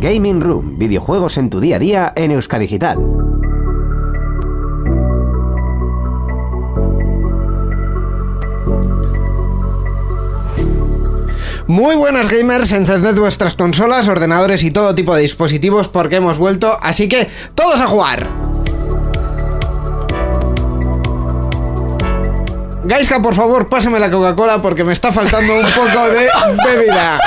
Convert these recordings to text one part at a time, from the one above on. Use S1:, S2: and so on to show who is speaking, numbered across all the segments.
S1: Gaming Room, videojuegos en tu día a día en Euskadigital.
S2: Muy buenas gamers, encended vuestras consolas, ordenadores y todo tipo de dispositivos porque hemos vuelto, así que todos a jugar. Gaiska, por favor, pásame la Coca-Cola porque me está faltando un poco de bebida.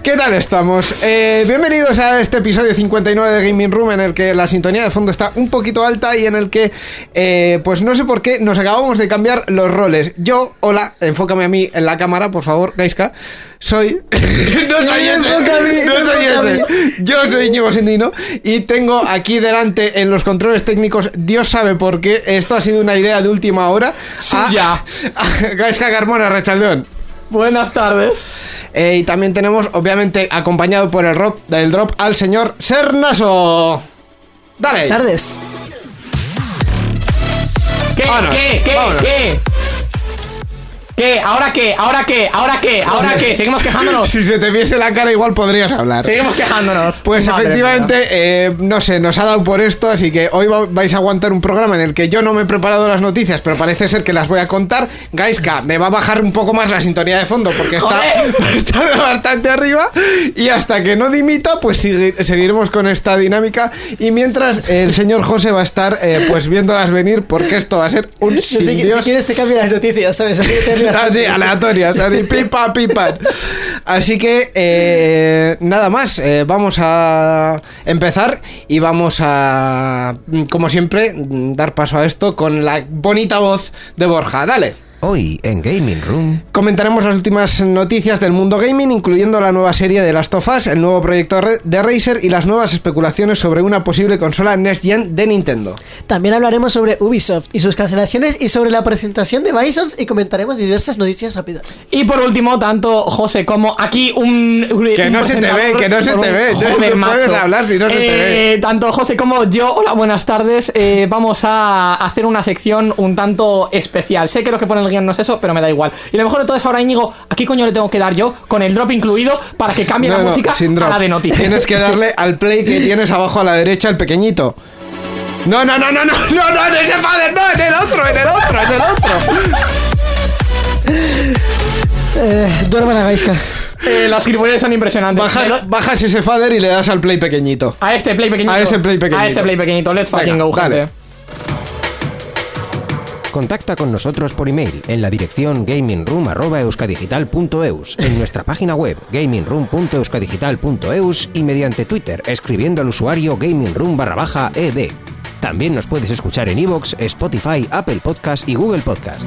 S2: ¿Qué tal estamos? Eh, bienvenidos a este episodio 59 de Gaming Room en el que la sintonía de fondo está un poquito alta y en el que, eh, pues no sé por qué, nos acabamos de cambiar los roles. Yo, hola, enfócame a mí en la cámara, por favor, Gaiska. Soy... no
S3: soy ese,
S2: Enfócame,
S3: no soy
S2: enfócame.
S3: ese.
S2: Yo soy Íñigo Sindino y tengo aquí delante en los controles técnicos, Dios sabe por qué, esto ha sido una idea de última hora.
S3: Suya.
S2: A- Gaisca Carmona, Rachaldón.
S3: Buenas tardes.
S2: Eh, y también tenemos, obviamente, acompañado por el, rock, del drop, al señor Sernaso. Dale.
S4: Tardes.
S3: ¿Qué?
S2: Vámonos,
S3: ¿Qué? ¿Qué?
S2: vámonos.
S3: ¿Qué? ¿Qué? ¿Ahora qué? ¿Ahora qué? ¿Ahora qué? ¿Ahora qué? Seguimos quejándonos.
S2: Si se te viese la cara, igual podrías hablar.
S3: Seguimos quejándonos.
S2: Pues
S3: Madre
S2: efectivamente,
S3: mía.
S2: eh, no sé, nos ha dado por esto, así que hoy va- vais a aguantar un programa en el que yo no me he preparado las noticias, pero parece ser que las voy a contar. Gaiska, me va a bajar un poco más la sintonía de fondo porque está,
S3: ¡Joder!
S2: está bastante arriba y hasta que no dimita, pues sigui- seguiremos con esta dinámica y mientras eh, el señor José va a estar eh, pues viéndolas venir porque esto va a ser un
S4: Si,
S2: sin
S4: si
S2: Dios.
S4: quieres te cambio las noticias, ¿sabes? Así que te rías.
S2: Así, aleatorias, así, pipa, pipa. Así que, eh, nada más, eh, vamos a empezar y vamos a, mm, como siempre, mm, dar paso a esto con la bonita voz de Borja. Dale.
S1: Hoy en Gaming Room.
S2: Comentaremos las últimas noticias del mundo gaming, incluyendo la nueva serie de Last of Us, el nuevo proyecto re- de Razer y las nuevas especulaciones sobre una posible consola Next Gen de Nintendo.
S4: También hablaremos sobre Ubisoft y sus cancelaciones y sobre la presentación de Bisons y comentaremos diversas noticias rápidas.
S3: Y por último, tanto José como aquí un.
S2: Que
S3: un
S2: no se te
S3: presentador-
S2: ve, que no se te ve. No
S3: Joder,
S2: puedes
S3: macho.
S2: hablar si no se te
S3: Eh, Tanto José como yo, hola, buenas tardes. Eh, vamos a hacer una sección un tanto especial. Sé que lo que pone el guión no es eso, pero me da igual. Y lo mejor de todo es ahora, Íñigo, ¿a qué coño le tengo que dar yo? Con el drop incluido para que cambie
S2: No,
S3: la
S2: no,
S3: música
S2: sin
S3: a
S2: drop.
S3: la de noticias.
S2: Tienes que darle al play que tienes abajo a la derecha, el pequeñito. No, no, no, no, no, no, no, en ese padre, no, en el otro, en el otro, en el otro.
S4: Eh, duerman a Gaisca.
S3: Eh, las gilipollas son impresionantes. Pero-
S2: Bajas, bajas ese fader y le das al play pequeñito.
S3: A este play pequeñito.
S2: A ese play pequeñito.
S3: A este play pequeñito. Let's
S2: Venga,
S3: fucking go, gente.
S2: dale.
S1: Contacta con nosotros por email en la dirección gamingroom.euskadigital.eus, en nuestra página web gamingroom.euskadigital.eus y mediante Twitter escribiendo al usuario gamingroom barra baja ed. También nos puedes escuchar en iVoox, Spotify, Apple Podcast y Google Podcast.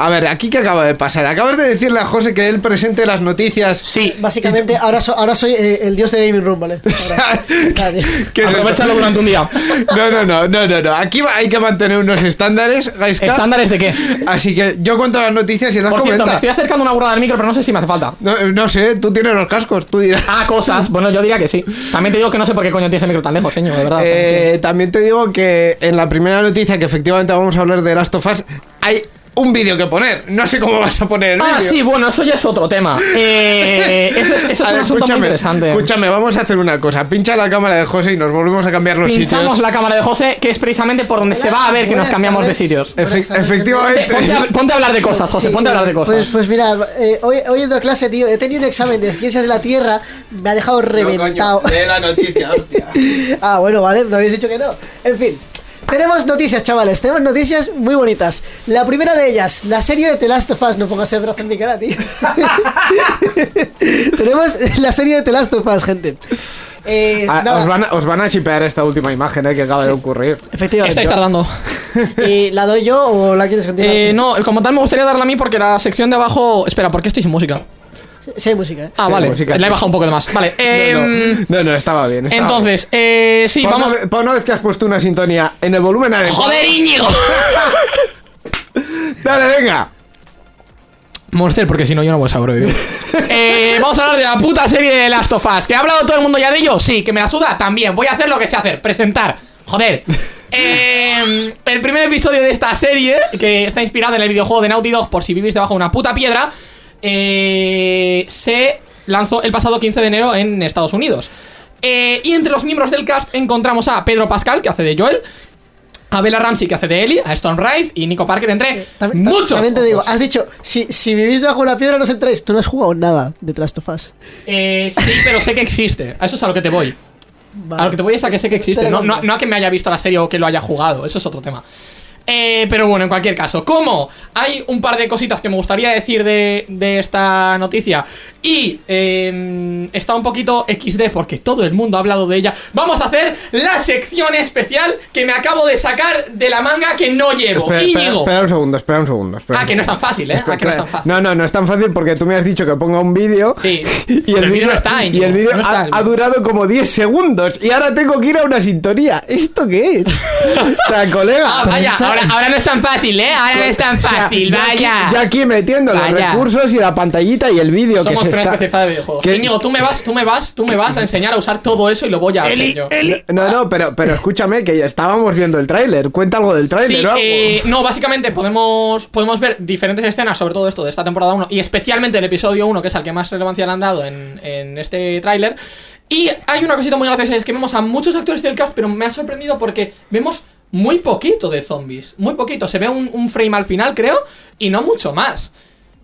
S2: A ver, aquí que acaba de pasar. Acabas de decirle a José que él presente las noticias.
S3: Sí.
S4: Básicamente, ahora, so- ahora soy eh, el dios de Gaming Room, ¿vale?
S2: O sea,
S4: Ahora. Nadie.
S2: ¿qué es esto?
S3: Aprovechalo durante un día.
S2: No, no, no, no, no, no. Aquí va- hay que mantener unos estándares, Gaiska.
S3: ¿Estándares de qué?
S2: Así que yo cuento las noticias y las
S3: Por cierto, me
S2: comenta.
S3: estoy acercando una burrada del micro, pero no sé si me hace falta.
S2: No, eh, no sé, tú tienes los cascos, tú dirás.
S3: Ah,
S2: Mm.
S3: cosas. Bueno, yo diría que sí. También te digo que no sé por qué coño tienes el micro tan lejos, señor, de verdad.
S2: Eh, también te digo que en la primera noticia que efectivamente vamos a hablar de Last of Us hay un vídeo que poner. No sé cómo vas a poner el
S3: Ah,
S2: vídeo.
S3: sí, bueno, eso ya es otro tema. Eh, eso es, eso es
S2: A
S3: un
S2: ver,
S3: asunto muy interesante.
S2: escúchame, vamos a hacer una cosa. Pincha la cámara de José y nos volvemos a cambiar los
S3: Pinchamos
S2: sitios.
S3: la cámara de José, que es precisamente por donde se va a ver que nos
S4: Buenas
S3: cambiamos de
S4: tardes.
S3: sitios.
S2: Efe-
S4: Buenas tardes,
S2: efectivamente.
S3: Eh, Ponte a, ponte a hablar
S2: pues,
S3: de cosas, José,
S4: Sí,
S3: ponte a hablar de
S4: eh,
S3: cosas.
S4: Pues, pues mira, eh, hoy, hoy en la clase, tío, he tenido un examen de ciencias de la Tierra, me ha dejado reventado.
S2: la noticia,
S4: Ah, bueno, vale, no habéis dicho que no. En fin, tenemos noticias, chavales. Tenemos noticias muy bonitas. La primera de ellas, la serie de The Last of Us. No pongas el brazo en mi cara, tío. tenemos la serie de The Last of Us, gente. Eh, nada,
S2: Ah, os, van a, os van a shipear esta última imagen eh, que acaba de ocurrir.
S4: Efectivamente.
S3: Estáis tardando.
S4: ¿Y la doy yo o la quieres continuar?
S3: Eh,
S4: tú?
S3: no, como tal me gustaría darla a mí porque la sección de abajo. Espera, ¿por qué estoy sin música?
S4: Sí, hay música, ¿eh?
S3: Ah,
S2: Sí,
S3: vale.
S2: música,
S3: Le he
S2: sí.
S3: bajado un poco de más. Vale. em,
S2: No, no, estaba bien. Pues, estaba bien.
S3: entonces, eh, sí,
S2: Para
S3: vamos.
S2: una, ve- para una vez que has puesto una sintonía en el volumen adecuado.
S3: ¡Joder, Íñigo!
S2: Dale, venga.
S3: Monster, porque si no, yo no voy a sobrevivir. Eh, vamos a hablar de la puta serie de Last of Us. ¿Que ha hablado todo el mundo ya de ello? Sí, que me la suda también. Voy a hacer lo que sé hacer: presentar. Joder. Eh, el primer episodio de esta serie, que está inspirada en el videojuego de Naughty Dog por si vivís debajo de una puta piedra, eh, se lanzó el pasado 15 de enero en Estados Unidos. Eh, y entre los miembros del cast encontramos a Pedro Pascal, que hace de Joel. A Bella Ramsey, que hace de Ellie, a Stone Rice y Nico Parker, entre
S4: También, ta-
S3: muchos.
S4: Eh, también te digo,
S3: otros.
S4: has dicho, si, si vivís debajo de la piedra no os entráis. Tú no has jugado nada de The Last of Us.
S3: Eh, sí, pero sé que existe. A eso es a lo que te voy.
S4: Vale.
S3: A lo que te voy es a que sé que existe.
S4: Te
S3: No,
S4: lo
S3: no,
S4: compro.
S3: no a que me haya visto la serie o que lo haya jugado. Eso es otro tema. Eh, pero bueno, en cualquier caso, como hay un par de cositas que me gustaría decir de, de esta noticia y eh, está un poquito XD porque todo el mundo ha hablado de ella, vamos a hacer la sección especial que me acabo de sacar de la manga que no llevo.
S2: Espera, espera-
S3: Íñigo.
S2: espera un segundo, espera un segundo. espera
S3: Ah,
S2: un
S3: que no es
S2: segundo.
S3: tan fácil, ¿eh? Ah, que no es tan fácil.
S2: No, no, no es tan fácil porque tú me has dicho que ponga un vídeo.
S3: Sí.
S2: Y
S3: Pero
S2: el
S3: el vídeo
S2: vídeo
S3: no está,
S2: y el
S3: Íñigo,
S2: vídeo
S3: no está
S2: ha,
S3: el
S2: ha
S3: vídeo.
S2: durado como 10 segundos y ahora tengo que ir a una sintonía. ¿Esto qué es? o sea, colega.
S3: Ah, vaya, ahora, ahora no es tan fácil, ¿eh? Ahora no es tan
S2: O sea,
S3: fácil,
S2: yo aquí-
S3: vaya.
S2: Yo aquí metiendo los
S3: Vaya.
S2: recursos y la pantallita y el vídeo que
S3: Somos
S2: se
S3: una
S2: está.
S3: especializada de videojuegos.
S2: que-
S3: Íñigo, tú me vas, tú me vas, tú me vas a enseñar a usar todo eso y lo voy a hacer yo.
S2: No, no, pero, pero escúchame que ya estábamos viendo el tráiler. Cuenta algo del
S3: Sí,
S2: tráiler, o algo.
S3: eh, no, básicamente podemos, podemos ver diferentes escenas, sobre todo esto de esta temporada 1, y especialmente el episodio 1, que es al que más relevancia le han dado en, en este tráiler. Y hay una cosita muy graciosa, es que vemos a muchos actores del cast, pero me ha sorprendido porque vemos muy poquito de zombies, muy poquito. Se ve un, un frame al final, creo, y no mucho más.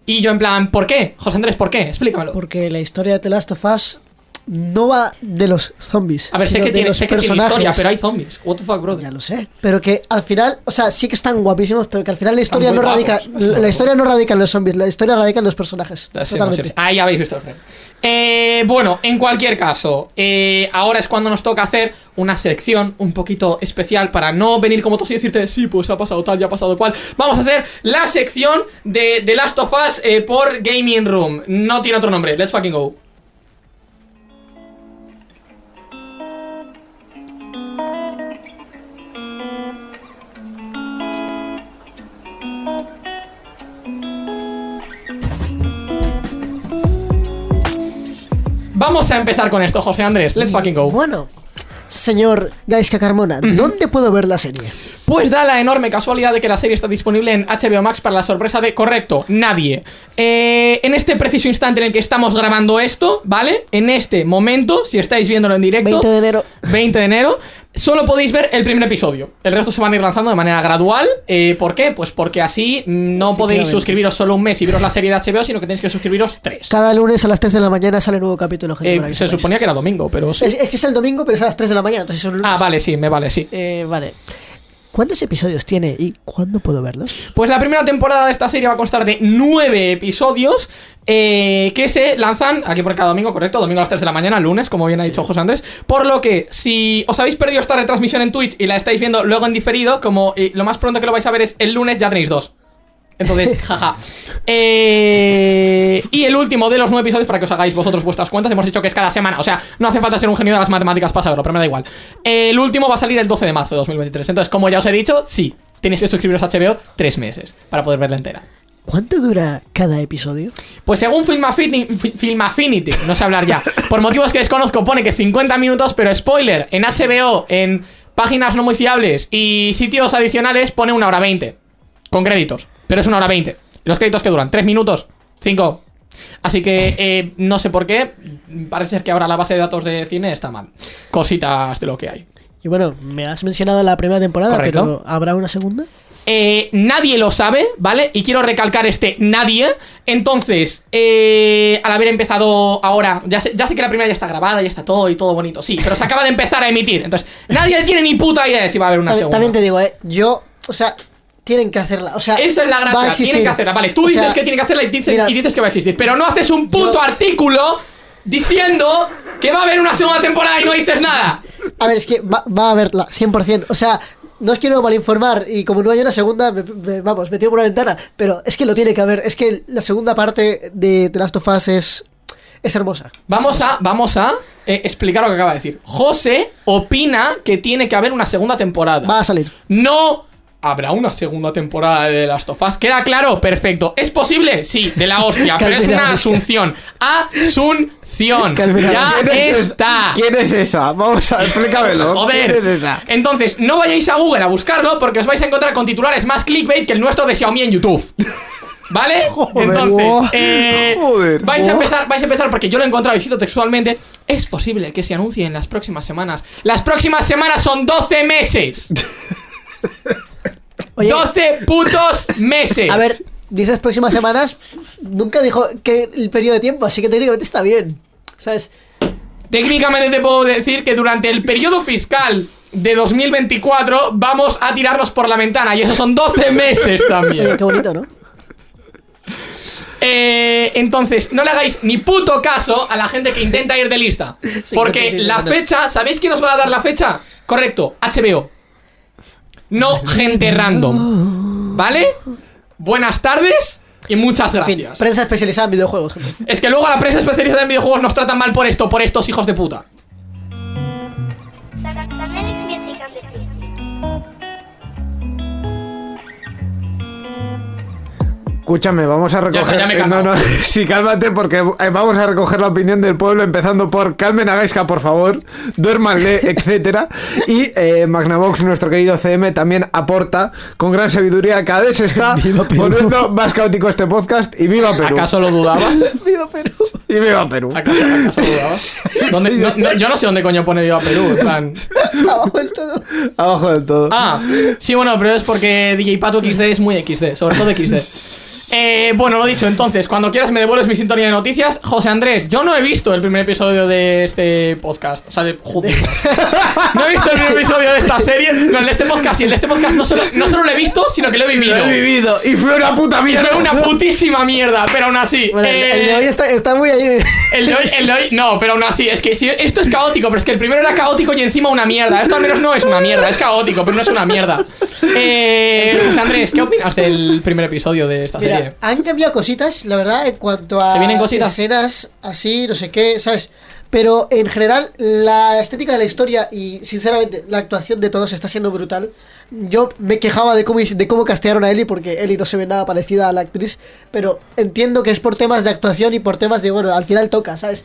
S3: Y yo en plan, ¿por qué? José Andrés, ¿por qué? Explícamelo.
S4: Porque la historia de The Last of Us no va de los zombies.
S3: A ver, sé
S4: sino
S3: que,
S4: de
S3: tiene,
S4: los
S3: sé que tiene
S4: personajes.
S3: historia, pero hay zombies. What the fuck, brother.
S4: Ya lo sé. Pero que al final, o sea, sí que están guapísimos, pero que al final la historia
S3: muy
S4: no radica.
S3: guapos.
S4: La, la historia no radica en los zombies, la historia radica en los personajes.
S3: Ah, sí,
S4: Totalmente.
S3: no, sí, sí. Ahí habéis visto el frame. Eh, bueno, en cualquier caso, eh, ahora es cuando nos toca hacer una sección un poquito especial para no venir como todos y decirte, sí, pues ha pasado tal, ya ha pasado cual. Vamos a hacer la sección de The Last of Us eh, por Gaming Room. No tiene otro nombre. Let's fucking go. Vamos a empezar con esto, José Andrés. Let's fucking go.
S4: Bueno, señor Gaisca Carmona, ¿dónde puedo ver la serie?
S3: Pues da la enorme casualidad de que la serie está disponible en HBO Max para la sorpresa de, correcto, nadie. Eh, en este preciso instante en el que estamos grabando esto, ¿vale? En este momento, si estáis viéndolo en directo...
S4: 20 de enero.
S3: 20 de enero. Solo podéis ver el primer episodio. El resto se van a ir lanzando de manera gradual. Eh, ¿Por qué? Pues porque así no podéis suscribiros solo un mes y veros la serie de HBO, sino que tenéis que suscribiros tres.
S4: Cada lunes a las 3 de la mañana sale nuevo capítulo, gente.
S3: Eh,
S4: para que
S3: se
S4: sepáis.
S3: suponía que era domingo, pero sí.
S4: Es, es que es el domingo, pero es a las 3 de la mañana, entonces son lunes.
S3: Ah, vale, sí, me vale, sí.
S4: Eh, vale. ¿Cuántos episodios tiene y cuándo puedo verlos?
S3: Pues la primera temporada de esta serie va a constar de nueve episodios eh, que se lanzan aquí por cada domingo, correcto, domingo a las 3 de la mañana, lunes, como bien ha dicho José Andrés. Por lo que, si os habéis perdido esta retransmisión en Twitch y la estáis viendo luego en diferido, como eh, lo más pronto que lo vais a ver es el lunes, ya tenéis dos. Entonces, jaja. Eh, y el último de los nueve episodios para que os hagáis vosotros vuestras cuentas. Hemos dicho que es cada semana. O sea, no hace falta ser un genio de las matemáticas para saberlo, pero me da igual. El último va a salir el 12 de marzo de 2023. Entonces, como ya os he dicho, sí, tenéis que suscribiros a HBO tres meses para poder verla entera.
S4: ¿Cuánto dura cada episodio?
S3: Pues según Film Affinity, Film Affinity, no sé hablar ya, por motivos que desconozco, pone que 50 minutos, pero spoiler, en HBO, en páginas no muy fiables y sitios adicionales pone una hora 20, con créditos, pero es una hora 20. Los créditos que duran 3 minutos, 5. Así que eh, no sé por qué, parece ser que ahora la base de datos de cine está mal. Cositas de lo que hay.
S4: Y bueno, me has mencionado la primera temporada,
S3: Correcto.
S4: pero ¿habrá una segunda?
S3: Eh, nadie lo sabe, ¿vale? Y quiero recalcar este nadie. Entonces, eh, al haber empezado ahora, ya sé, ya sé que la primera ya está grabada, ya está todo y todo bonito, sí, pero se acaba de empezar a emitir. Entonces, nadie tiene ni puta idea de si va a haber una
S4: También,
S3: segunda.
S4: también te digo, eh, yo, o sea, tienen que hacerla. O sea,
S3: Esa es la
S4: va a
S3: gracia,
S4: existir.
S3: tienen que hacerla. Vale, tú
S4: O
S3: dices
S4: sea,
S3: que tienen que hacerla y dices,
S4: mira,
S3: y dices que va a existir, pero no haces un puto artículo diciendo que va a haber una segunda temporada y no dices nada.
S4: A ver, es que va, va a haberla, 100%. O sea, no os quiero malinformar y como no hay una segunda, me- me- vamos, me tiro por una ventana. Pero es que lo tiene que haber. Es que la segunda parte de The Last of Us es es hermosa.
S3: Vamos a, vamos a eh, explicar lo que acaba de decir. José opina que tiene que haber una segunda temporada.
S4: Va a salir.
S3: No habrá una segunda temporada de The Last of Us. ¿Queda claro? Perfecto. ¿Es posible? Sí, de la hostia, pero es una
S4: Calvera.
S3: asunción. Asunción.
S2: Calvera.
S3: Ya
S2: ¿Quién es es-
S3: está.
S2: ¿Quién es esa? Vamos a explícamelo.
S3: Joder.
S2: ¿Quién es esa?
S3: Entonces, no vayáis a Google a buscarlo porque os vais a encontrar con titulares más clickbait que el nuestro de Xiaomi en YouTube. ¿Vale?
S2: Joder,
S3: Entonces,
S2: wow.
S3: eh,
S2: Joder,
S3: vais, a
S2: wow.
S3: empezar, vais a empezar porque yo lo he encontrado y cito textualmente. Es posible que se anuncie en las próximas semanas. Las próximas semanas son 12 meses.
S4: Oye,
S3: 12 putos meses.
S4: a ver, dices próximas semanas, nunca dijo que el periodo de tiempo, así que técnicamente está bien. ¿Sabes?
S3: Técnicamente te puedo decir que durante el periodo fiscal de 2024 vamos a tirarnos por la ventana y eso son 12 meses
S4: Oye,
S3: también.
S4: qué bonito, ¿no?
S3: Eh, entonces, no le hagáis ni puto caso a la gente que intenta ir de lista.
S4: Sí,
S3: Porque
S4: sí, sí,
S3: la
S4: sí, sí.
S3: fecha, ¿sabéis quién os va a dar la fecha? Correcto, HBO. No gente random. ¿Vale? Buenas tardes y muchas
S4: En fin,
S3: gracias.
S4: prensa especializada en videojuegos. gente.
S3: Es que luego a la prensa especializada en videojuegos nos tratan mal por esto, por estos hijos de puta.
S5: Saxonelix Music and the Fruit.
S2: Escúchame, vamos a
S3: está,
S2: recoger.
S3: ya me he
S2: eh, no, no,
S3: calmado.
S2: sí, cálmate porque eh, vamos a recoger la opinión del pueblo, empezando por Carmen Agaisca, por favor, duérmanle, etcétera. Y eh, Magnavox, nuestro querido CM, también aporta con gran sabiduría. Cada vez se está volviendo más caótico este podcast. Y viva Perú.
S3: ¿Acaso lo dudabas?
S4: Viva Perú.
S2: Y viva Perú.
S3: ¿Acaso, acaso dudabas? ¿Dónde- no- no- yo no sé dónde coño pone Viva Perú. en plan.
S4: Abajo del todo.
S2: Abajo del todo.
S3: Ah, sí, bueno, pero es porque DJ Pato XD es muy XD, sobre todo XD. Eh, bueno, lo dicho, entonces, cuando quieras me devuelves mi sintonía de noticias. José Andrés, yo no he visto el primer episodio de este podcast. O sea, de. Joder. No he visto el primer episodio de esta serie. No, el de este podcast. Y el de este podcast no solo, no solo lo he visto, sino que lo he
S2: Lo
S3: vivido.
S2: he vivido. Y fue una puta
S3: Y
S2: mierda.
S3: fue una putísima mierda, pero aún así.
S4: Bueno, el- el de
S3: eh,
S4: hoy está, está muy ahí.
S3: El de hoy, el de hoy- no, pero aún así, es que si, esto es caótico, pero es que el primero era caótico y encima una mierda. Esto al menos no es una mierda, es caótico, pero no es una mierda. Eh, José Andrés, ¿qué opinas del primer episodio de esta
S4: Mira,
S3: serie?
S4: han cambiado cositas, la verdad, en cuanto a
S3: Se vienen cositas.
S4: escenas así, no sé qué, ¿sabes? Pero en general, la estética de la historia y, sinceramente, la actuación de todos está siendo brutal. Yo me quejaba de cómo, de cómo castearon a Ellie, porque Ellie no se ve nada parecida a la actriz, pero entiendo que es por temas de actuación y por temas de, bueno, al final toca, ¿sabes?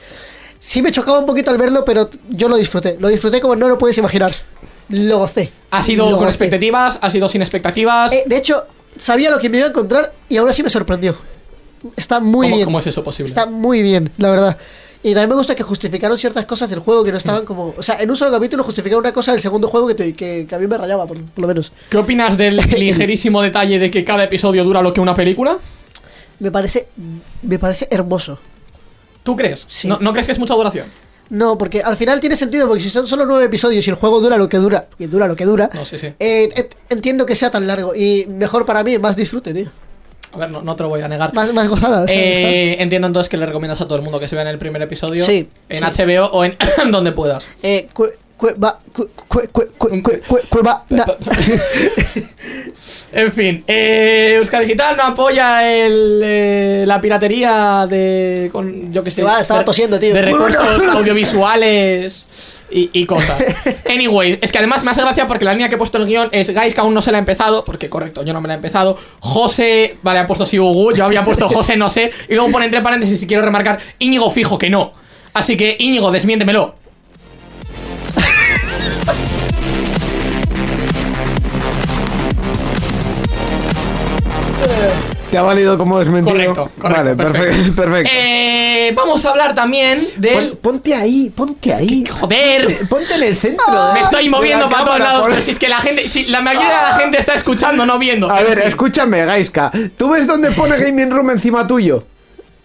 S4: Sí me chocaba un poquito al verlo, pero t- yo lo disfruté. Lo disfruté como no lo puedes imaginar. Lo gocé.
S3: ¿Ha sido
S4: Lo
S3: con
S4: gocé.
S3: expectativas? ¿Ha sido sin expectativas?
S4: Eh, de hecho, sabía lo que me iba a encontrar y aún así me sorprendió. Está muy
S3: ¿Cómo,
S4: bien.
S3: cómo es eso posible?
S4: Está muy bien, la verdad. Y también me gusta que justificaron ciertas cosas del juego que no estaban como. O sea, en un solo capítulo justificaron una cosa del segundo juego que, te- que, que a mí me rayaba, por, por lo menos.
S3: ¿Qué opinas del ligerísimo detalle de que cada episodio dura lo que una película?
S4: Me parece. Me parece hermoso.
S3: ¿Tú crees?
S4: Sí.
S3: ¿No, no crees que es mucha duración?
S4: No, porque al final tiene sentido, porque si son solo nueve episodios y el juego dura lo que dura, que dura lo que dura,
S3: No, sí, sí.
S4: eh, et- entiendo que sea tan largo. Y mejor para mí, más disfrute, tío.
S3: A ver, no, no te lo voy a negar.
S4: Más, más gozada. ¿sabes?
S3: Eh, entiendo entonces que le recomiendas a todo el mundo que se vea en el primer episodio
S4: Sí,
S3: en
S4: sí.
S3: HBO o en donde puedas.
S4: Eh, cue- cue- va- cue- cue- cue- cue- cue- cue- cue- va- na-
S3: En fin, eh, Euskadi Digital no apoya el, eh, la piratería de. Con, yo que sé.
S4: Que va, Ah, estaba
S3: de-
S4: tosiendo, tío.
S3: De recursos audiovisuales y, y cosas. Anyway, es que además me hace gracia porque la línea que he puesto en el guión es Guys, que aún no se la ha empezado. Porque correcto, yo no me la he empezado. José, vale, ha puesto Siugu, yo había puesto José, no sé. Y luego pone entre paréntesis si quiero remarcar Íñigo fijo que no. Así que Íñigo, desmiéntemelo.
S2: Te ha valido como desmentido.
S3: Correcto, correcto.
S2: Vale, perfecto. perfecto.
S3: Eh, vamos a hablar también
S2: Pon-
S3: del.
S2: ponte ahí, ponte ahí.
S3: Joder.
S2: Ponte en el centro.
S3: Ah, Me
S2: de-
S3: estoy
S2: Ah, de
S3: moviendo
S2: la
S3: para todos
S2: cámara,
S3: lados,
S2: por- Ah.
S3: pero si es que la gente, si la mayoría de la gente está escuchando, no viendo.
S2: A
S3: En
S2: ver,
S3: fin.
S2: escúchame, Gaiska. ¿Tú ves dónde pone Gaming Room encima tuyo?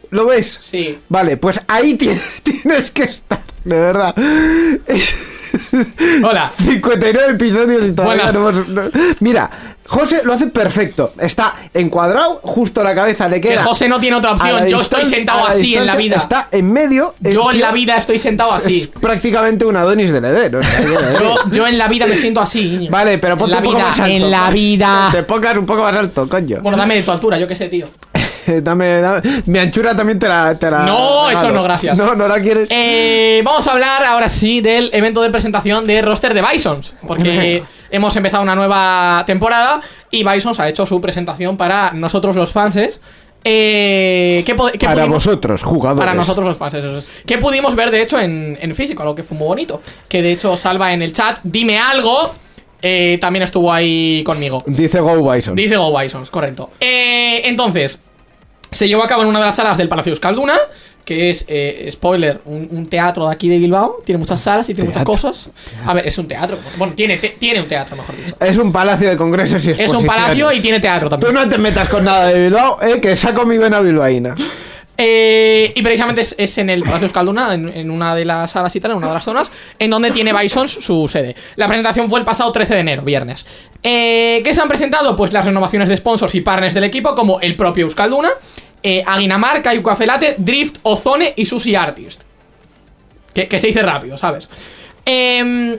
S2: ¿Lo ves?
S3: Sí.
S2: Vale, pues ahí tienes, tienes que estar, de verdad. Es-
S3: Hola.
S2: 59 episodios y todavía
S3: Buenas.
S2: no hemos... no- Mira, José lo hace perfecto. Está encuadrado, justo la cabeza le
S3: Que
S2: queda.
S3: José no tiene otra
S2: a la
S3: opción. Yo estoy
S2: distan-
S3: sentado
S2: a la
S3: así en
S2: distancia,
S3: la vida.
S2: Está en medio. el
S3: Yo en
S2: tío
S3: la vida estoy sentado
S2: es
S3: así.
S2: prácticamente un Adonis del Edén. o sea, quiero decir.
S3: Yo, yo en la vida me siento así. Íñigo.
S2: Vale, pero ponte
S3: En la
S2: un poco
S3: vida,
S2: más alto.
S3: en la
S2: Te
S3: vida.
S2: pongas un poco más alto, coño.
S3: Bueno, dame de tu altura, yo qué sé, tío.
S2: dame, dame- Mi anchura también te la. te la
S3: No, eso no, gracias.
S2: No, no la quieres.
S3: Eh, vamos a hablar ahora sí del evento de presentación de roster de Bisons. Porque hemos empezado una nueva temporada y Bisons ha hecho su presentación para nosotros los fanses. Eh, ¿qué pod- qué
S2: para
S3: pudimos-
S2: vosotros, jugadores.
S3: Para nosotros los fans, eso es. Que pudimos ver, de hecho, en, en físico, algo que fue muy bonito. Que de hecho, Salva en el chat, dime algo, eh, también estuvo ahí conmigo.
S2: Dice Go Bison.
S3: Dice Go Bisons, correcto. Eh, entonces, se llevó a cabo en una de las salas del Palacio Euskalduna, que es, eh, spoiler, un, un teatro de aquí de Bilbao. Tiene muchas salas y tiene
S2: Teatro.
S3: muchas cosas. A ver, es un teatro. Bueno, tiene, te- tiene un teatro, mejor dicho.
S2: Es un palacio de congresos y
S3: Es un palacio y
S2: exposiciones.
S3: tiene teatro también.
S2: Tú no te metas con nada de Bilbao, eh, que saco mi vena bilbaína.
S3: Eh, y precisamente es, es en el Palacio Euskalduna, en, en una de las salas y tal, en una de las zonas, en donde tiene Bisons su sede. La presentación fue el pasado 13 de enero, viernes. Eh, ¿Qué se han presentado? Pues las renovaciones de sponsors y partners del equipo, como el propio Euskalduna, eh, Aguinamar, Cayu Café Latte, Drift, Ozone y Sushi Artist. Que, que se dice rápido, ¿sabes? Em,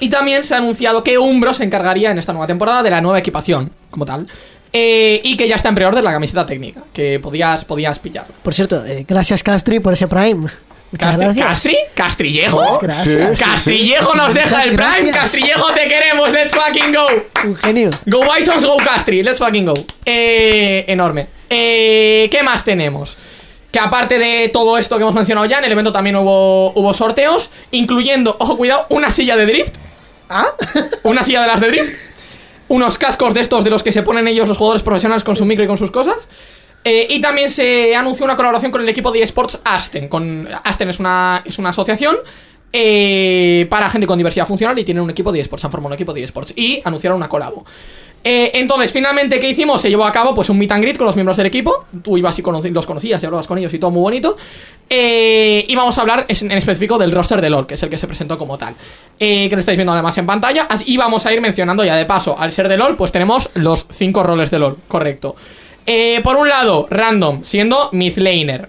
S3: y también se ha anunciado que Umbro se encargaría en esta nueva temporada de la nueva equipación, como tal. Eh, y que ya está en preorden la camiseta técnica, que podías, podías pillarla.
S4: Por cierto, eh, gracias Castri por ese Prime. Muchas
S3: Castri-
S4: gracias.
S3: ¿Castri? ¿Castrillejo?
S4: Muchas gracias.
S2: sí,
S3: Castrillejo nos deja
S4: Muchas
S3: el Prime.
S4: gracias.
S3: Castrillejo, te queremos. Let's fucking go.
S4: Un genio.
S3: Go Bisons, go Castri. Let's fucking go. Eh, enorme. Eh, ¿Qué más tenemos? Que aparte de todo esto que hemos mencionado ya, en el evento también hubo, hubo sorteos, incluyendo, ojo, cuidado, una silla de drift.
S4: ¿Ah?
S3: Una silla de las de drift. Unos cascos de estos de los que se ponen ellos los jugadores profesionales con su micro y con sus cosas. Eh, y también se anunció una colaboración con el equipo de esports Asten. Con, Asten es una, es una asociación eh, para gente con diversidad funcional y tienen un equipo de esports, han formado un equipo de esports y anunciaron una colabo. Eh, entonces, finalmente, ¿qué hicimos? Se llevó a cabo pues un meet and greet con los miembros del equipo. Tú ibas y conoci- los conocías y hablabas con ellos y todo muy bonito. Eh, y vamos a hablar es- en específico del roster de LOL, que es el que se presentó como tal. Eh, que lo estáis viendo además en pantalla. As- Y vamos a ir mencionando ya de paso. Al ser de LOL, pues tenemos los cinco roles de LOL, correcto. Eh, por un lado, Random, siendo Midlaner.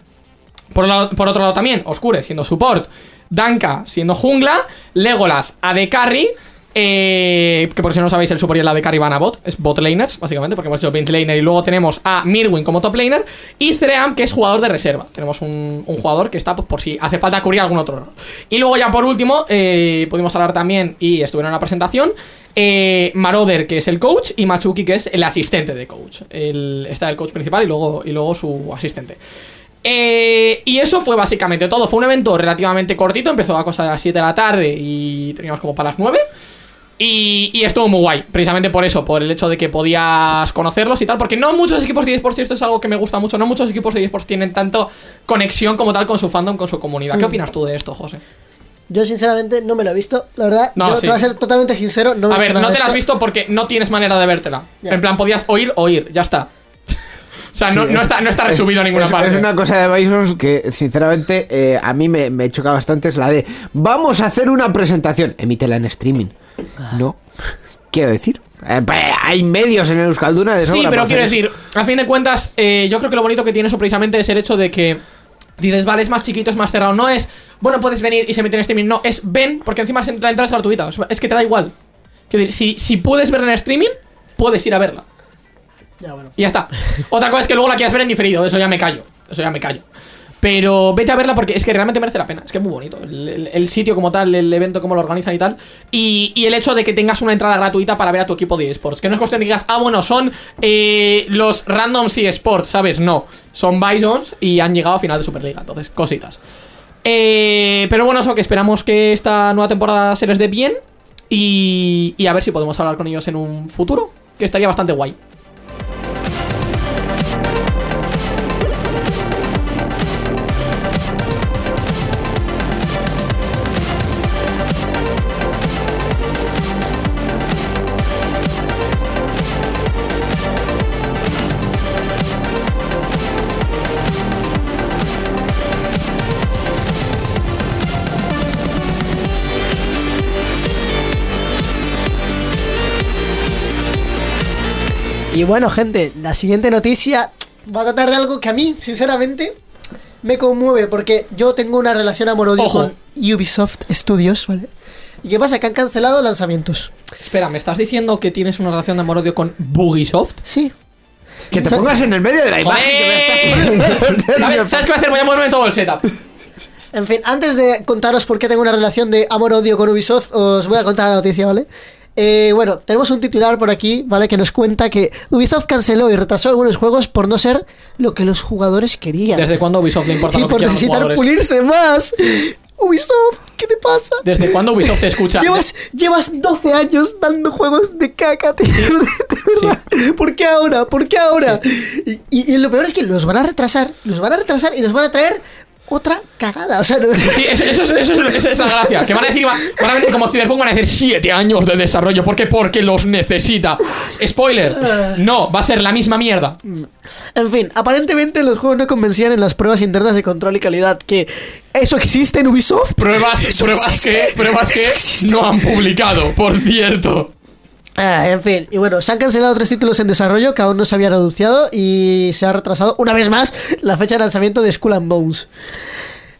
S3: Por, un lado- por otro lado también, Oscure siendo support, Danka siendo jungla, Legolas AD carry, eh, que por si no lo sabéis el support y el AD carry van a bot, es bot laners básicamente, porque hemos hecho bot laner y luego tenemos a Mirwin como top laner y Zream que es jugador de reserva. Tenemos un, un jugador que está pues, por si hace falta cubrir algún otro rol. Y luego ya por último, eh, pudimos hablar también y estuvieron en la presentación. eh, Marauder, que es el coach, y Machuki, que es el asistente de coach. El- está el coach principal y luego, y luego su asistente. Eh, y eso fue básicamente todo. Fue un evento relativamente cortito. Empezó a cosa de las 7 de la tarde y teníamos como para las 9. Y, y estuvo muy guay, precisamente por eso, por el hecho de que podías conocerlos y tal. Porque no muchos equipos de esports, y esto es algo que me gusta mucho, no muchos equipos de esports tienen tanto conexión como tal con su fandom, con su comunidad.
S2: Hmm.
S3: ¿Qué opinas tú de esto, José?
S4: Yo sinceramente no me lo he visto. La verdad,
S3: No,
S4: yo
S3: sí.
S4: te voy a ser totalmente sincero. No me
S3: A
S4: he
S3: ver,
S4: visto nada
S3: no
S4: de
S3: te la has
S4: esto.
S3: visto porque no tienes manera de vértela.
S4: Ya.
S3: En plan, podías oír, oír, ya está. O sea, no,
S2: Sí,
S3: no
S2: es-
S3: está, no está
S2: es-
S3: resubido a ninguna
S2: es,
S3: parte.
S2: Es una cosa de Bisons que, sinceramente, eh, a mí me, me choca bastante. Es la de, vamos a hacer una presentación. Emítela en streaming. No. Quiero decir, eh, pa- hay medios en el Euskalduna de
S3: Sí,
S2: sobra
S3: pero
S2: para
S3: quiero
S2: hacer
S3: decir, a fin de cuentas, eh, yo creo que lo bonito que tiene eso precisamente es el hecho de que dices, vale, es más chiquito, es más cerrado. No es, bueno, puedes venir y se mete en streaming. No, es ven, porque encima la entrada es gratuita. O sea, Es que te da igual. Quiero decir, si, si puedes verla en streaming, puedes ir a verla.
S4: Ya, bueno.
S3: Y ya está. Otra cosa es que luego la quieras ver en diferido. Eso ya me callo. Eso ya me callo. Pero vete a verla porque es que realmente merece la pena. Es que es muy bonito. El, el- el sitio como tal, el evento como lo organizan y tal. Y, y el hecho de que tengas una entrada gratuita para ver a tu equipo de esports. Que no es cuestión de que digas, ah, bueno, son eh, los randoms y esports, ¿sabes? No. Son Bisons y han llegado a final de Superliga. Entonces, cositas. Eh, pero bueno, eso que esperamos que esta nueva temporada se les dé bien. Y, y a ver si podemos hablar con ellos en un futuro. Que estaría bastante guay.
S4: Y bueno, gente, la siguiente noticia va a tratar de algo que a mí, sinceramente, me conmueve porque yo tengo una relación amor-odio
S3: Ojo.
S4: con Ubisoft Studios, ¿vale? ¿Y qué pasa? Que han cancelado lanzamientos.
S3: Espera, ¿me estás diciendo que tienes una relación de amor-odio con Bugisoft?
S4: Sí.
S1: Que te pongas en el medio de
S4: Eh,
S1: la imagen. que me estás poniendo
S3: A ver, ¿Sabes qué voy a hacer? Voy a moverme todo el setup.
S4: En fin, antes de contaros por qué tengo una relación de amor-odio con Ubisoft, os voy a contar la noticia, ¿vale? Eh, bueno, tenemos un titular por aquí, ¿vale? Que nos cuenta que Ubisoft canceló y retrasó algunos juegos por no ser lo que los jugadores querían.
S3: ¿Desde cuándo Ubisoft le importa
S4: y
S3: lo que
S4: por
S3: quieran los
S4: necesitar
S3: jugadores?
S4: pulirse más. Ubisoft, ¿qué te pasa?
S3: ¿Desde cuándo Ubisoft te escucha?
S4: Llevas, llevas 12 años dando juegos de caca, tío. De verdad. ¿Por qué ahora? ¿Por qué ahora? Y, y- y lo peor es que los van a retrasar, los van a retrasar y nos van a traer otra cagada. O sea, no-
S3: Sí, eso, eso es- eso es- eso es la gracia. Que van a decir, va- van a venir como Cyberpunk, van a decir 7 años de desarrollo. ¿Por qué? Porque los necesita. Spoiler. No, va a ser la misma mierda.
S4: Mm. En fin, aparentemente los juegos no convencían en las pruebas internas de control y calidad. Que eso existe en Ubisoft.
S3: Pruebas,
S4: ¿Eso
S3: pruebas
S4: existe?
S3: que, pruebas
S4: ¿Eso
S3: que
S4: existe?
S3: no han publicado, por cierto.
S4: Ah, en fin, y bueno, se han cancelado tres títulos en desarrollo que aún no se habían anunciado y se ha retrasado una vez más la fecha de lanzamiento de Skull and Bones.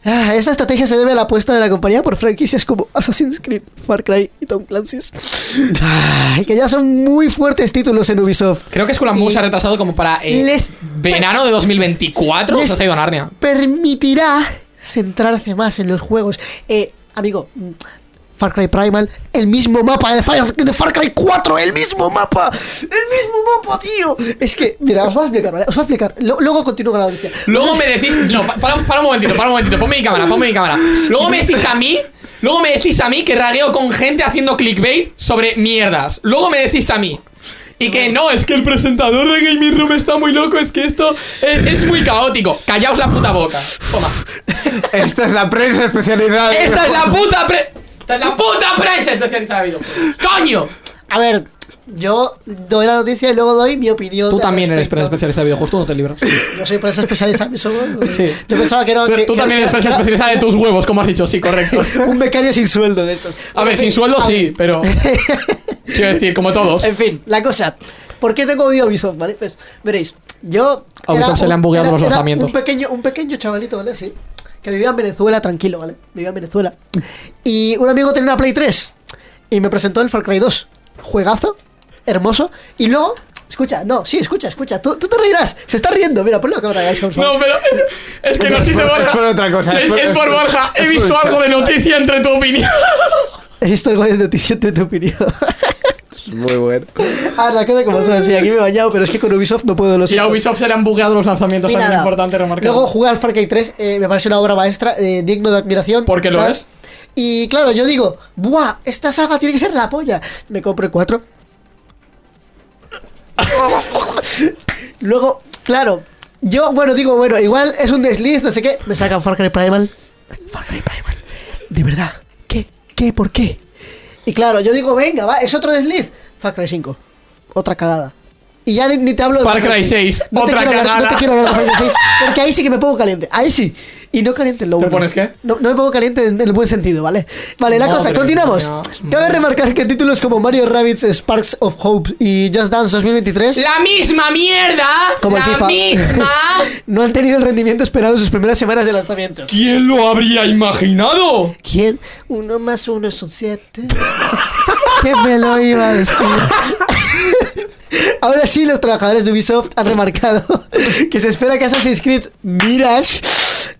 S4: Ah, esta estrategia se debe a la apuesta de la compañía por franquicias como Assassin's Creed, Far Cry y Tom Clancy's, Ah, que ya son muy fuertes títulos en Ubisoft.
S3: Creo que Skull and Bones
S4: Y-
S3: se ha retrasado como para eh,
S4: Les-
S3: verano de 2024.
S4: les-
S3: Se ha ido a Narnia.
S4: permitirá centrarse más en los juegos. Eh, amigo, mm, Far Cry Primal, el mismo mapa de Far, de Far Cry 4, el mismo mapa, el mismo mapa, tío. Es que, mira, os voy a explicar, ¿vale? Os voy a explicar. Lo- luego continúo con la noticia.
S3: Luego me decís. No, pa- para, un- para un momentito, para un momentito. Ponme mi cámara, ponme mi cámara. Luego me decís a mí. Luego me decís a mí que ragueo con gente haciendo clickbait sobre mierdas. Luego me decís a mí. Y que no, es que el presentador de Gaming Room está muy loco, es que esto es, es muy caótico. Callaos la puta boca. Toma.
S2: Esta es la prensa especialidad. en
S3: Esta es la puta pre. Esta es la puta prensa especializada de videojuegos. ¡Coño!
S4: A ver, yo doy la noticia y luego doy mi opinión.
S3: Tú
S4: al
S3: también eres
S4: respecto.
S3: prensa especializada de videojuegos, tú no te libras.
S4: Yo soy prensa especializada en mis ojos.
S3: Sí.
S4: Yo pensaba que era.
S3: Tú,
S4: que-
S3: tú
S4: que-
S3: también
S4: que-
S3: eres prensa
S4: que era
S3: especializada de tus huevos, como has dicho, sí, correcto.
S4: Un becario sin sueldo de estos.
S3: A ver, sin sueldo sí, pero. Quiero decir, como todos.
S4: En fin, la cosa. ¿Por qué tengo odio a Ubisoft, vale? Pues veréis, yo.
S3: A Ubisoft se le han bugueado los lanzamientos.
S4: Un pequeño, un pequeño chavalito, ¿vale? Sí. Que vivía en Venezuela tranquilo, ¿vale? Vivía en Venezuela. Y un amigo tenía una Play 3 y me presentó el Far Cry 2. Juegazo, hermoso. Y luego, escucha, no, sí, escucha, escucha. Tú, tú te reirás, se está riendo. Mira, ponlo a cámara, guys, por favor.
S3: No, pero es, es que nos dice Borja.
S2: es por otra cosa,
S3: Es,
S2: es por-
S3: es por
S2: es por-
S3: Borja. He
S2: es por
S3: visto
S2: el
S3: algo de noticia entre tu opinión.
S4: Esto es algo de noticia de tu opinión.
S2: Muy bueno.
S4: ah, la cosa como son, sí, aquí me he bañado, pero es que con Ubisoft no puedo,
S3: Y
S4: lo
S3: a
S4: siento.
S3: Ubisoft se le han bugueado los lanzamientos,
S4: Ni
S3: también es
S4: nada.
S3: importante remarcar.
S4: Luego jugué al Far Cry 3, eh, me parece una obra maestra, eh, digno de admiración.
S3: Porque lo
S4: Tal.
S3: es.
S4: Y claro, yo digo, ¡buah! Esta saga tiene que ser la polla. Me compro el 4. Luego, claro, yo, bueno, digo, bueno, igual es un desliz, no sé qué. Me sacan Far Cry Primal. Far Cry Primal. De verdad. ¿Qué? ¿Qué? ¿Por qué? Y claro, yo digo, venga, va, es otro desliz. Far Cry 5. Otra cagada. Y ya ni, ni te hablo de
S3: Far Cry 6,
S4: te
S3: otra
S4: quiero hablar- no
S3: cagada.
S4: te quiero hablar de Far Cry 6, porque ahí sí que me pongo caliente. Ahí sí. Y no caliente en lo
S3: ¿Te
S4: bueno.
S3: pones qué?
S4: No, no me pongo caliente en el buen sentido, ¿vale? Vale, la
S3: Madre
S4: cosa, continuamos.
S3: mía,
S4: Cabe
S3: madre.
S4: remarcar que títulos como Mario Rabbids, Sparks of Hope y Just Dance 2023
S3: ¡La misma mierda!
S4: Como el
S3: ¡La
S4: FIFA.
S3: misma!
S4: no han tenido el rendimiento esperado en sus primeras semanas de lanzamiento.
S3: ¿Quién lo habría imaginado?
S4: ¿Quién? Uno más uno son siete. ¿Qué me lo iba a decir? Ahora sí, los trabajadores de Ubisoft han remarcado que se espera que Assassin's Creed Mirage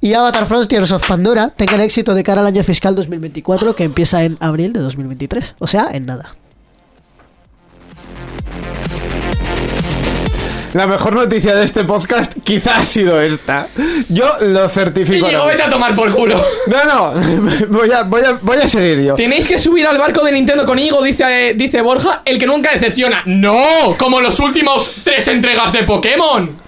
S4: y Avatar Frontiers of Pandora tengan éxito de cara al año fiscal 2024 que empieza en abril de 2023. O sea, en nada.
S2: La mejor noticia de este podcast quizá ha sido esta. Yo lo certifico.
S3: Íñigo,
S2: ahora
S3: vete a tomar por culo.
S2: mismo. No, no, voy a, voy a, voy a seguir yo.
S3: Tenéis que subir al barco de Nintendo con Íñigo, dice, eh, dice Borja, el que nunca decepciona. ¡No! Como los últimos tres entregas de Pokémon.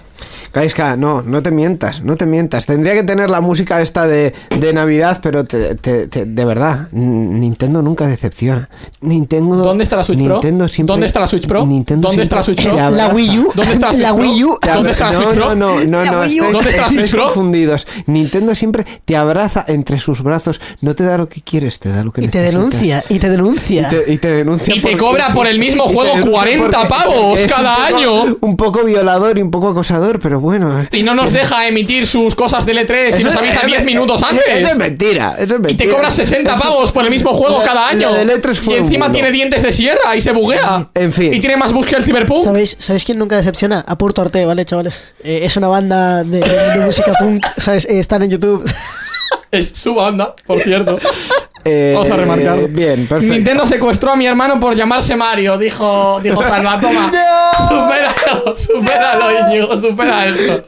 S2: Kaiska, no, no te mientas, no te mientas. Tendría que tener la música esta de, de Navidad, pero te- te- te- de verdad, N- Nintendo nunca decepciona. Nintendo.
S3: ¿Dónde está la Switch Pro?
S2: Nintendo siempre-
S3: ¿Dónde está la Switch Pro?
S2: Nintendo
S3: ¿Dónde está la
S2: siempre
S3: Switch Pro?
S2: te
S4: La
S2: abraza.
S4: Wii U.
S3: ¿Dónde está la
S4: La
S3: Switch Pro?
S4: Wii U.
S2: Te
S3: ¿Dónde
S2: abra-
S3: está la
S2: no,
S3: Switch Pro?
S2: No, no, no,
S4: La
S2: no,
S4: Wii U.
S2: estáis-
S3: ¿Dónde está la
S2: estáis
S3: Switch Pro?
S2: confundidos. Nintendo siempre te abraza entre sus brazos. No te da lo que quieres, te da lo que
S4: Y te
S2: necesitas.
S4: denuncia, y te
S2: Y
S4: denuncia.
S2: te, y te denuncia.
S3: Y te
S2: porque-
S3: cobra por el mismo
S2: y te
S3: juego
S2: denuncia
S3: 40
S2: porque-
S3: pavos
S2: porque es
S3: cada
S2: un poco-
S3: año.
S2: Un poco violador y un poco acosador, pero bueno.
S3: Y no nos deja emitir sus cosas de L3 y nos avisa
S2: eh,
S3: 10 minutos
S2: Eso es
S3: antes.
S2: mentira. Eso es mentira.
S3: Y te cobras 60
S2: eh, Eso-
S3: pavos por el mismo juego
S2: la-
S3: cada año.
S2: la de L3 fue
S3: y encima
S2: un
S3: tiene
S2: culo.
S3: dientes de sierra y se buguea.
S2: En fin.
S3: Y tiene más bus que el Cyberpunk.
S4: ¿Sabéis, ¿Sabéis quién nunca decepciona? Aporto Arte, ¿vale, chavales? Eh, es una banda de, de música punk, ¿sabes? Eh, están en YouTube.
S3: Es su banda, por cierto.
S2: Eh,
S3: Vamos a remarcarlo.
S2: eh, Bien, perfecto.
S3: Nintendo secuestró a mi hermano por llamarse Mario, dijo, dijo Salva, toma. Supéralo, supéralo, Íñigo, supera esto.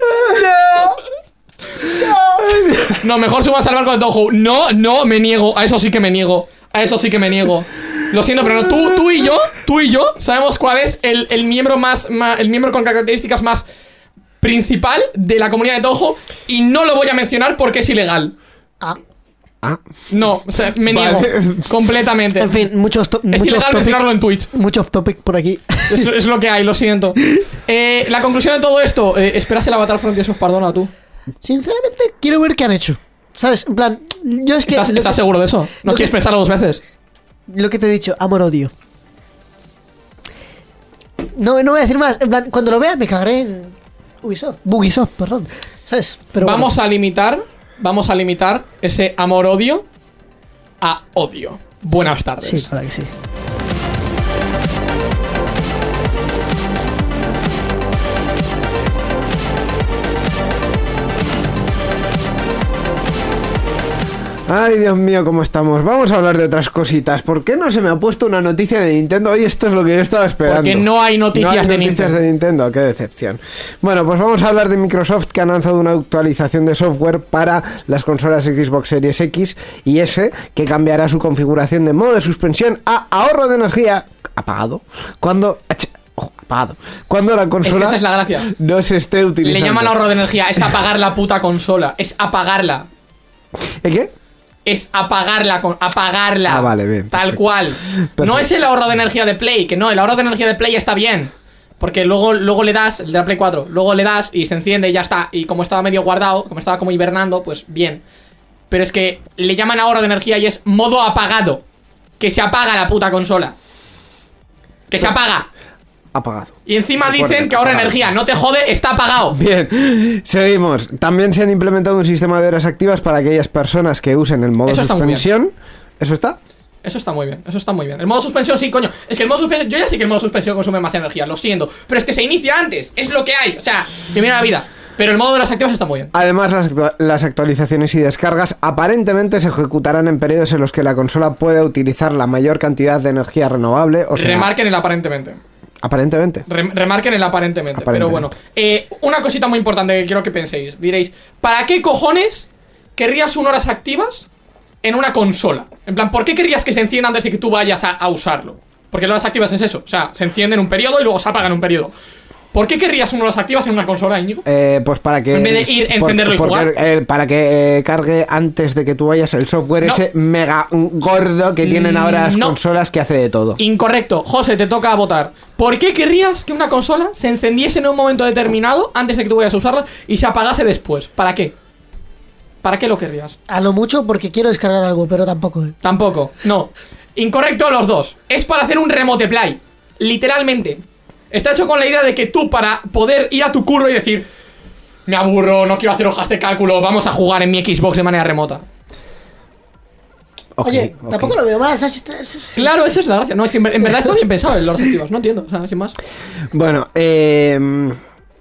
S3: No, mejor suba a salvar con el Toho. No, no, me niego. A eso sí que me niego. A eso sí que me niego. Lo siento, pero no. Tú, tú y yo, tú y yo, sabemos cuál es el, el miembro más, ma- el miembro con características más principal de la comunidad de Toho y no lo voy a mencionar porque es ilegal.
S4: Ah.
S3: No, o sea, me niego
S2: Vale.
S3: completamente.
S4: En fin, muchos, to-
S3: es
S4: muchos
S3: ilegal mencionarlo
S4: topic,
S3: en Twitch.
S4: mucho off topic por aquí.
S3: Es, es lo que hay, lo siento. Eh, la conclusión de todo esto, eh, esperas el Avatar Frontiers of Pardona tú.
S4: Sinceramente, quiero ver qué han hecho. ¿Sabes? En plan, yo es que.
S3: ¿Estás,
S4: lo
S3: estás
S4: que-
S3: seguro de eso? No
S4: lo
S3: quieres
S4: que-
S3: pensarlo dos veces.
S4: lo que te he dicho, amor-odio. No, no voy a decir más. En plan, cuando lo vea, me cagaré en Ubisoft. Bugisoft, perdón. ¿Sabes? Pero bueno.
S3: vamos a limitar, vamos a limitar ese amor-odio a odio. Buenas tardes.
S4: Sí, para que sí.
S2: Ay, Dios mío, cómo estamos. Vamos a hablar de otras cositas. ¿Por qué no se me ha puesto una noticia de Nintendo? Hoy esto es lo que yo estaba esperando.
S3: Porque no hay noticias
S2: No hay
S3: de
S2: noticias
S3: Nintendo.
S2: de Nintendo. Qué decepción. Bueno, pues vamos a hablar de Microsoft que ha lanzado una actualización de software para las consolas Xbox Series X y S que cambiará su configuración de modo de suspensión a ahorro de energía apagado cuando... ach, ojo, apagado. Cuando la
S3: Es que
S2: consola
S3: esa es la gracia.
S2: no se esté
S3: Le
S2: utilizando.
S3: llaman ahorro de energía, es apagar la puta consola, es apagarla.
S2: ¿El qué?
S3: Es apagarla, con, apagarla.
S2: Ah, vale, bien,
S3: Tal
S2: perfecto.
S3: cual. No es el ahorro de energía de Play, que no, el ahorro de energía de Play está bien. Porque luego, luego le das, el de la Play 4, luego le das y se enciende y ya está. Y como estaba medio guardado, como estaba como hibernando, pues bien. Pero es que le llaman ahorro de energía y es modo apagado. Que se apaga la puta consola. Que se apaga.
S2: Apagado.
S3: Y encima
S2: Recuerda,
S3: dicen que ahorra
S2: apagado.
S3: energía. No te jode, está apagado.
S2: Bien, seguimos. También se han implementado un sistema de horas activas para aquellas personas que usen el modo
S3: Eso está muy bien.
S2: suspensión. ¿Eso está?
S3: Eso está muy bien, eso está muy bien. El modo suspensión sí, coño. Es que el modo suspensión, yo ya sé que el modo suspensión consume más energía, lo siento. Pero es que se inicia antes, es lo que hay. O sea, primera la vida. Pero el modo de las activas está muy bien.
S2: Además, las, actua- las actualizaciones y descargas aparentemente se ejecutarán en periodos en los que la consola pueda utilizar la mayor cantidad de energía renovable. O sea,
S3: Remarquen el aparentemente.
S2: aparentemente.
S3: Rem- remarquen el aparentemente.
S2: Aparentemente.
S3: Pero bueno, eh, una cosita muy importante que quiero que penséis. Diréis, ¿para qué cojones querrías un horas activas en una consola? En plan, ¿por qué querrías que se encienda antes de que tú vayas a, a usarlo? Porque las horas activas es eso. O sea, se enciende en un periodo y luego se apaga en un periodo. ¿Por qué querrías un horas activas en una consola, Íñigo?
S2: Eh, pues para que.
S3: En vez de ir, encenderlo y jugar.
S2: eh, para que eh, cargue antes de que tú vayas el software
S3: No. Mm,
S2: ese mega gordo que tienen ahora las
S3: No.
S2: consolas que hace de todo.
S3: Incorrecto. José, te toca votar. ¿Por qué querrías que una consola se encendiese en un momento determinado antes de que tú vayas a usarla y se apagase después? ¿Para qué? ¿Para qué lo querrías?
S4: A lo mucho porque quiero descargar algo, pero tampoco. eh.
S3: Tampoco. No. Incorrecto los dos. Es para hacer un remote play. Literalmente. Está hecho con la idea de que tú para poder ir a tu curro y decir, me aburro, no quiero hacer hojas de cálculo, vamos a jugar en mi Xbox de manera remota.
S2: Ok,
S4: Oye,
S2: ok.
S4: tampoco lo veo más. ¿sabes? Es- es-
S3: Claro, esa es la gracia. No, es que en ver- en verdad está bien pensado en los activos. No entiendo, o sea, sin más.
S2: Bueno, eh,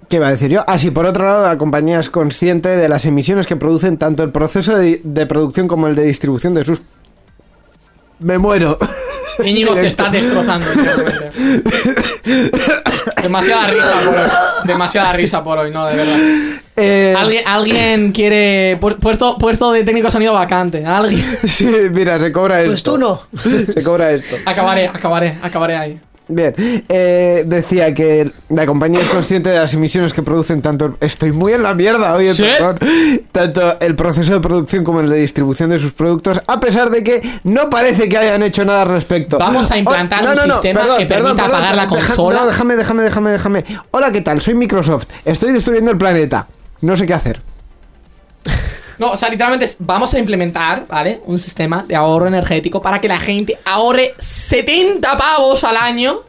S2: ¿qué iba a decir yo? Así, por otro lado, la compañía es consciente de las emisiones que producen tanto el proceso de, de producción como el de distribución de sus... Me muero.
S3: Íñigo se está destrozando. últimamente. demasiada risa por hoy. Demasiada risa por hoy, no, de verdad.
S2: Eh,
S3: Alguien, alguien quiere. pu- Puesto, puesto de técnico de sonido vacante. Alguien.
S2: Sí, mira, se cobra
S4: Pues
S2: esto.
S4: tú no.
S2: Se cobra esto.
S3: Acabaré, acabaré, acabaré ahí.
S2: Bien, eh, decía que la compañía es consciente de las emisiones que producen tanto... Estoy muy en la mierda hoy, eh,
S3: Sí.
S2: perdón. Tanto el proceso de producción como el de distribución de sus productos, a pesar de que no parece que hayan hecho nada al respecto.
S3: Vamos a implantar un sistema que permita apagar la
S2: deja-
S3: consola.
S2: no, déjame, déjame, déjame, déjame. Hola, ¿qué tal? Soy Microsoft. Estoy destruyendo el planeta. No sé qué hacer.
S3: No, o sea, literalmente es- vamos a implementar, ¿vale? Un sistema de ahorro energético para que la gente ahorre 70 pavos al año.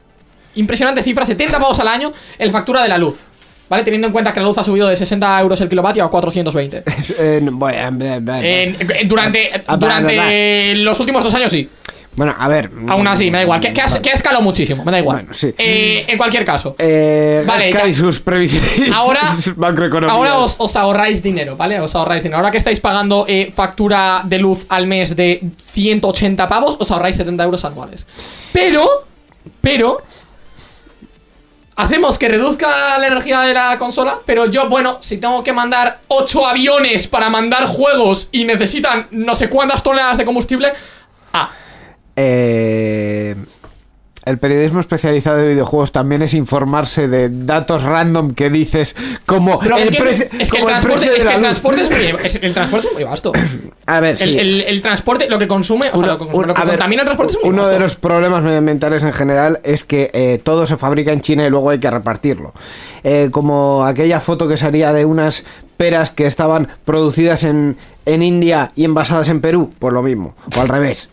S3: Impresionante cifra, 70 pavos al año en factura de la luz. ¿vale? Teniendo en cuenta que la luz ha subido de 60 euros el kilovatio a 420.
S2: Eh, bueno, eh, eh,
S3: En- en- durante
S2: Ah, va,
S3: durante los últimos dos años sí.
S2: bueno, a ver.
S3: Aún así, me da igual. Que, que, has- que ha escalado muchísimo, me da igual.
S2: Mm, Bueno, sí.
S3: Eh, en cualquier caso.
S2: Eh,
S3: Vale,
S2: Gasca
S3: ya.
S2: y sus previsiones
S3: Ahora,
S2: sus macroeconomías.
S3: ahora os, os ahorráis dinero, ¿vale? Os ahorráis dinero. Ahora que estáis pagando eh, factura de luz al mes de 180 pavos, os ahorráis 70 euros anuales. Pero, pero, hacemos que reduzca la energía de la consola. Pero yo, bueno, si tengo que mandar 8 aviones para mandar juegos y necesitan no sé cuántas toneladas de combustible. Ah,
S2: Eh, el periodismo especializado de videojuegos también es informarse de datos random que dices como
S3: pero
S2: el,
S3: es que-
S2: precio-
S3: es que
S2: como
S3: el
S2: el
S3: transporte
S2: precio de
S3: es que
S2: la
S3: el
S2: luz.
S3: transporte es muy- es- el transporte es muy vasto.
S2: A ver,
S3: El,
S2: sí.
S3: el- el transporte, lo que consume, o sea, lo que, consume,
S2: Un-
S3: lo que
S2: a ver,
S3: contamina el transporte es muy
S2: Uno
S3: vasto.
S2: de los problemas medioambientales en general es que eh, todo se fabrica en China y luego hay que repartirlo. Eh, como aquella foto que salía de unas peras que estaban producidas en, en India y envasadas en Perú, por lo mismo, o al revés.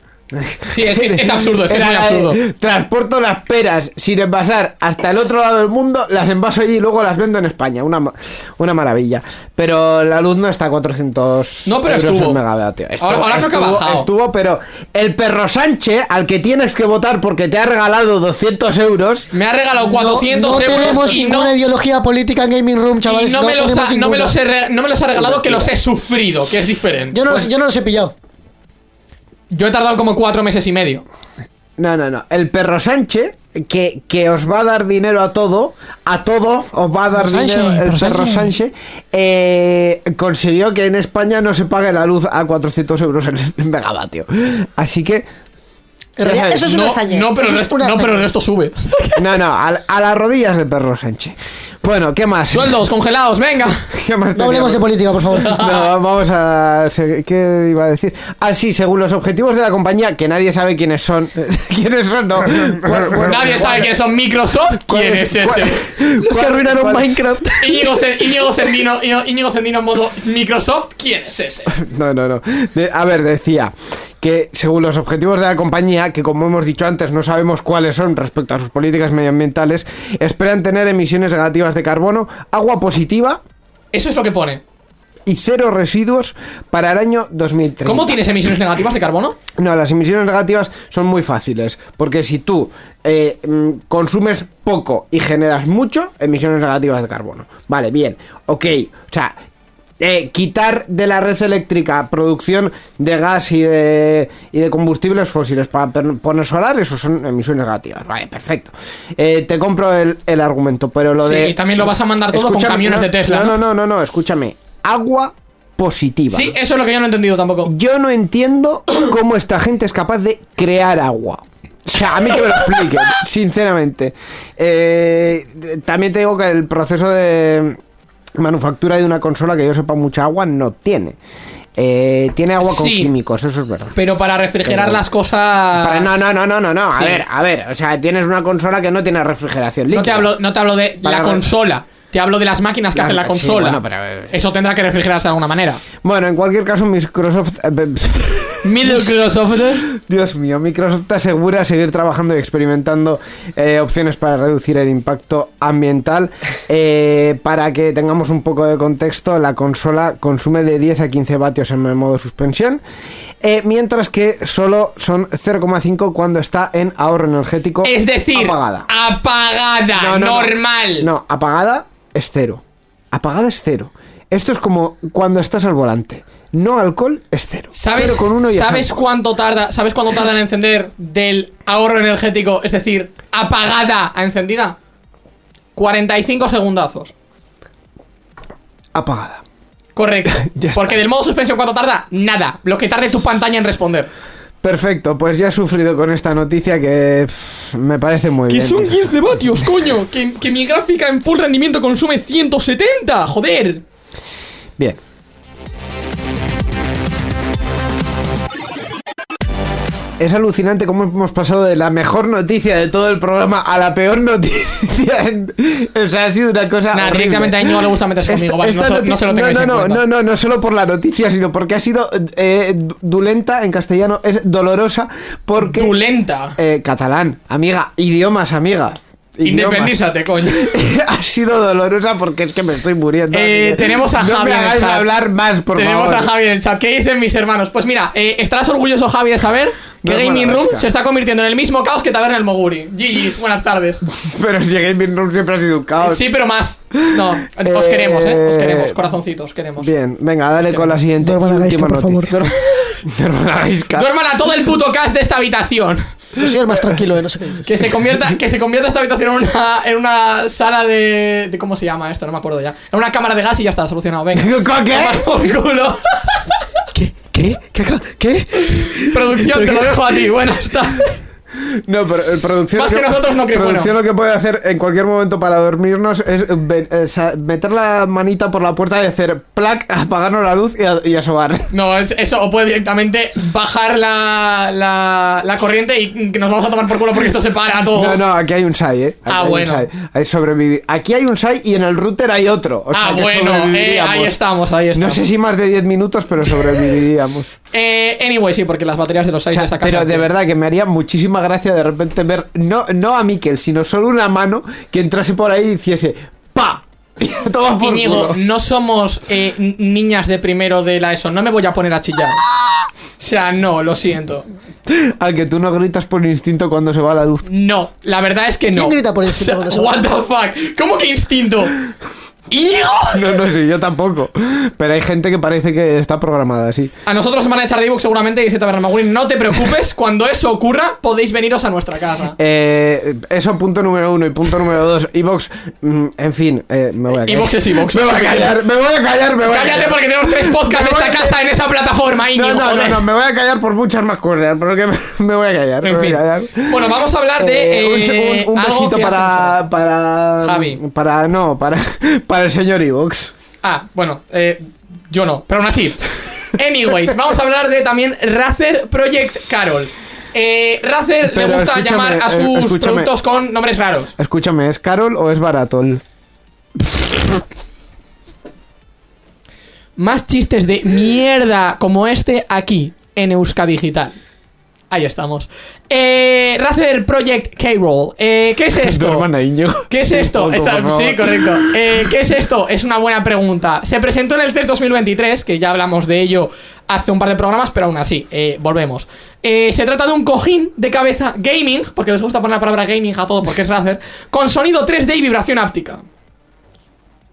S3: Sí, es, es- es absurdo, es que es muy
S2: Era,
S3: absurdo.
S2: eh, transporto las peras sin envasar hasta el otro lado del mundo, las envaso allí y luego las vendo en España. Una, ma- una maravilla. Pero la luz no está a 400
S3: No, pero
S2: euros el
S3: estuvo.
S2: megavatio. Estuvo-
S3: Ahora- ahora creo que ha
S2: estuvo-
S3: bajado.
S2: Estuvo, pero el perro Sánchez, al que tienes que votar porque te ha regalado 200 euros,
S3: Me ha regalado 400
S4: no, no
S3: euros
S4: tenemos
S3: y
S4: ninguna
S3: no,
S4: ideología política en Gaming Room,
S3: y
S4: chavales.
S3: no me los
S4: tenemos
S3: ha, no, me
S4: ninguna.
S3: los he re- no me los ha regalado, que los he sufrido, que es diferente.
S4: Yo no, los, yo no los he pillado.
S3: Yo he tardado como 4 meses y medio.
S2: No, no, no. El perro Sánchez, que, que os va a dar dinero a todo, a todo os va a dar
S4: Perro
S2: dinero
S4: Sánchez,
S2: el
S4: perro
S2: perro Sánchez,
S4: Sánchez.
S2: eh, consiguió que en España no se pague la luz a 400 euros el megavatio. Así que,
S4: En realidad,
S2: sabes,
S4: eso es
S3: no,
S4: una hazaña.
S3: no, pero
S4: eso
S3: el
S4: es
S3: resto-
S4: una
S3: no,
S4: hazaña.
S3: pero el resto sube.
S2: no, no, a, a las rodillas del perro Sánchez. Bueno, ¿qué más?
S3: Sueldos congelados, venga.
S2: ¿Qué más
S4: No hablemos de
S2: teníamos?
S4: política, por favor.
S2: No, vamos a... se- ¿Qué iba a decir? Ah, sí, según los objetivos de la compañía, que nadie sabe quiénes son. ¿Quiénes son? No.
S3: Nadie sabe quiénes son Microsoft. ¿Quién es ese?
S4: Los que arruinaron
S2: ¿Cuál- cuál-
S4: Minecraft.
S3: Íñigo Sen- Íñigo Sendino Íñigo Sendino en modo Microsoft. ¿Quién es ese?
S2: No, no, no. De- a ver, decía que según los objetivos de la compañía, que como hemos dicho antes no sabemos cuáles son respecto a sus políticas medioambientales, esperan tener emisiones negativas de carbono, agua positiva
S3: Eso es lo que pone.
S2: y cero residuos para el año 2030.
S3: ¿Cómo tienes emisiones negativas de carbono?
S2: No, las emisiones negativas son muy fáciles, porque si tú eh, mm, consumes poco y generas mucho, emisiones negativas de carbono. Vale, bien, ok, o sea, eh, quitar de la red eléctrica producción de gas y de, y de combustibles fósiles para per- poner solar, eso son emisiones negativas. Vale, perfecto. Eh, te compro el, el argumento, pero lo
S3: Sí,
S2: de...
S3: y también lo vas a mandar todo con
S2: Escúchame,
S3: camiones
S2: no,
S3: de Tesla.
S2: No, no, no, no, no, escúchame. Agua positiva.
S3: Sí, eso es lo que yo no he entendido tampoco.
S2: Yo no entiendo cómo esta gente es capaz de crear agua. O sea, a mí que me lo expliquen, sinceramente. Eh, de- también te digo que el proceso de manufactura de una consola que yo sepa mucha agua no tiene. Eh, tiene agua con
S3: Sí.
S2: químicos, eso es verdad.
S3: Pero para refrigerar
S2: Pero-
S3: las cosas.
S2: Para- no, no, no, no, no, no. A
S3: Sí.
S2: ver, a ver. O sea, tienes una consola que no tiene refrigeración líquida.
S3: No te hablo, no te hablo de
S2: Para-
S3: la consola. Te hablo de las máquinas que
S2: La-
S3: hacen la
S2: sí,
S3: consola.
S2: bueno, pero- eh,
S3: Eso tendrá que refrigerarse de alguna manera.
S2: Bueno, en cualquier caso, Microsoft. eh,
S3: Microsoft.
S2: Dios mío, Microsoft asegura seguir trabajando y experimentando eh, opciones para reducir el impacto ambiental. Eh, para que tengamos un poco de contexto, la consola consume de 10 a 15 vatios en el modo suspensión, eh, mientras que solo son 0,5 cuando está en ahorro energético.
S3: Es decir,
S2: apagada.
S3: apagada,
S2: No, no, no.
S3: normal.
S2: No, apagada es cero. Apagada es cero. Esto es como cuando estás al volante. No alcohol es cero.
S3: ¿Sabes,
S2: Cero con uno y es
S3: ¿sabes
S2: alcohol.
S3: cuánto tarda? ¿Sabes cuánto tarda en encender del ahorro energético? Es decir, apagada a encendida. 45 segundazos.
S2: Apagada.
S3: Correcto.
S2: Ya está.
S3: Porque del modo suspensión, ¿cuánto tarda? Nada. Lo que tarde tu pantalla en responder.
S2: Perfecto, pues ya he sufrido con esta noticia que pff, me parece muy
S3: Que
S2: bien.
S3: son 15 vatios, coño. Que, que mi gráfica en full rendimiento consume 170, joder.
S2: Bien. Es alucinante cómo hemos pasado de la mejor noticia de todo el programa a la peor noticia. en- o sea, ha sido una cosa.
S3: Nah,
S2: Ah, horrible.
S3: directamente a Íñigo le gusta meterse
S2: Esta-
S3: conmigo, vale, no
S2: esta
S3: se- no se lo
S2: noti-
S3: tengáis
S2: no,
S3: en
S2: no,
S3: cuenta.
S2: no, no, no solo por la noticia, sino porque ha sido eh, du- dulenta en castellano, es dolorosa porque.
S3: Dulenta.
S2: Eh, catalán, amiga, idiomas, amiga. idiomas.
S3: Independízate, coño.
S2: ha sido dolorosa porque es que me estoy muriendo. así
S3: Eh,
S2: que
S3: tenemos a
S2: no
S3: Javi
S2: me
S3: en el
S2: hagáis
S3: chat.
S2: hablar más, por
S3: tenemos
S2: favor.
S3: a Javi en el chat. ¿Qué dicen mis hermanos? Pues mira, eh, estarás orgulloso, Javi, de saber que
S2: No es
S3: Gaming Room
S2: Madagascar.
S3: se está convirtiendo en el mismo caos que Taberna el Moguri. GG's, buenas tardes.
S2: Pero si Gaming Room siempre ha sido un caos.
S3: Sí, pero más. No, os
S2: Ah, Eh,
S3: queremos, ¿eh? Os queremos, corazoncitos, os queremos.
S2: Bien, venga, dale con la siguiente.
S4: Norman Agaisca,
S2: última
S4: por favor.
S2: noticia. Norman Agaisca.
S3: Duerman a todo el puto cast de esta habitación.
S4: Yo soy el más tranquilo, eh, no sé qué dices.
S3: Que se convierta, que se convierta esta habitación en una, en una sala de, de- ¿Cómo se llama esto? No me acuerdo ya. En una cámara de gas y ya está, solucionado. Venga.
S2: ¿Con qué?
S3: Tomar por culo.
S4: ¿Qué? ¿Qué? ¿Qué? ¿Qué?
S3: Producción, te lo dejo a ti. Bueno, está.
S2: No, pero eh, producción.
S3: Más que nosotros no creo,
S2: Producción lo que puede hacer en cualquier momento para dormirnos es eh, ve- eh, sa- meter la manita por la puerta y hacer plac, apagarnos la luz y, a- y asobar.
S3: No, es- eso, o puede directamente bajar la, la, la corriente y que nos vamos a tomar por culo porque esto se para todo.
S2: No, no, aquí hay un SAI, ¿eh? Aquí
S3: Oh. Ah,
S2: hay un
S3: bueno.
S2: SAI. Ahí sobreviví. Aquí hay un SAI y en el router hay otro. O sea
S3: ah,
S2: que
S3: bueno, eh, ahí
S2: sobreviviríamos.
S3: estamos, ahí
S2: No
S3: estamos.
S2: sé si más de 10 minutos, pero sobreviviríamos.
S3: Eh, anyway, sí, porque las baterías de los
S2: O
S3: 6
S2: sea,
S3: de esta casa.
S2: pero de verdad que me haría muchísima gracia de repente ver, no, no a Mikel, sino solo una mano que entrase por ahí y hiciese ¡Pa! Y toma por
S3: Íñigo,
S2: culo.
S3: no somos eh, n- niñas de primero de la ESO. No me voy a poner a chillar. O sea, no, lo siento.
S2: Al que tú no gritas por instinto cuando se va la luz.
S3: No, la verdad es que no.
S4: ¿Quién grita por instinto
S3: O
S4: cuando
S3: sea,
S4: se va?
S3: What the fuck? ¿Cómo que instinto? ¡Íñigo!
S2: No, no, sí, yo tampoco. Pero hay gente que parece que está programada así.
S3: A nosotros nos van a echar de ebook seguramente, dice Tabernamagurin. No te preocupes, cuando eso ocurra, podéis veniros a nuestra casa.
S2: Eh, eso punto número uno y punto número dos. Evox, mm, en fin, eh, me voy a callar.
S3: Evox es Evox.
S2: Me voy a callar, me voy a callar, me voy a
S3: Cállate
S2: callar.
S3: porque tenemos tres podcasts en
S2: Me
S3: esta
S2: voy-
S3: casa, en esa plataforma, Íñigo,
S2: eh, No, no, no,
S3: joder.
S2: no, me voy a callar por muchas más cosas, porque me, me voy a callar. me
S3: En
S2: voy a
S3: fin.
S2: callar.
S3: Bueno, vamos a hablar de.
S2: Eh, un se-
S3: eh,
S2: un, un
S3: algo
S2: besito
S3: que hace
S2: para,
S3: mucho.
S2: para.
S3: Javi.
S2: Para, no, para, para el señor Evox.
S3: Ah, bueno, eh, yo no, pero aún así. Anyways, vamos a hablar de también Razer Project Carol. Eh, Razer le
S2: Pero
S3: gusta
S2: escúchame,
S3: llamar a
S2: eh,
S3: sus
S2: escúchame.
S3: productos con nombres raros.
S2: Escúchame, ¿es Carol o es Baratol?
S3: más chistes de mierda como este aquí en Euskadigital. Ahí estamos. Eh, Razer Project K-Roll. Eh, ¿Qué es
S2: Tu
S3: esto?
S2: hermana Íñigo.
S3: ¿Qué es
S2: Sí,
S3: esto?
S2: poco,
S3: Esta-
S2: por favor.
S3: sí, correcto. Eh, ¿Qué es esto? Es una buena pregunta. Se presentó en el E CES 2023, que ya hablamos de ello hace un par de programas, pero aún así, eh, volvemos. Eh, se trata de un cojín de cabeza gaming, porque les gusta poner la palabra gaming a todo porque es Razer, con sonido 3D y vibración áptica.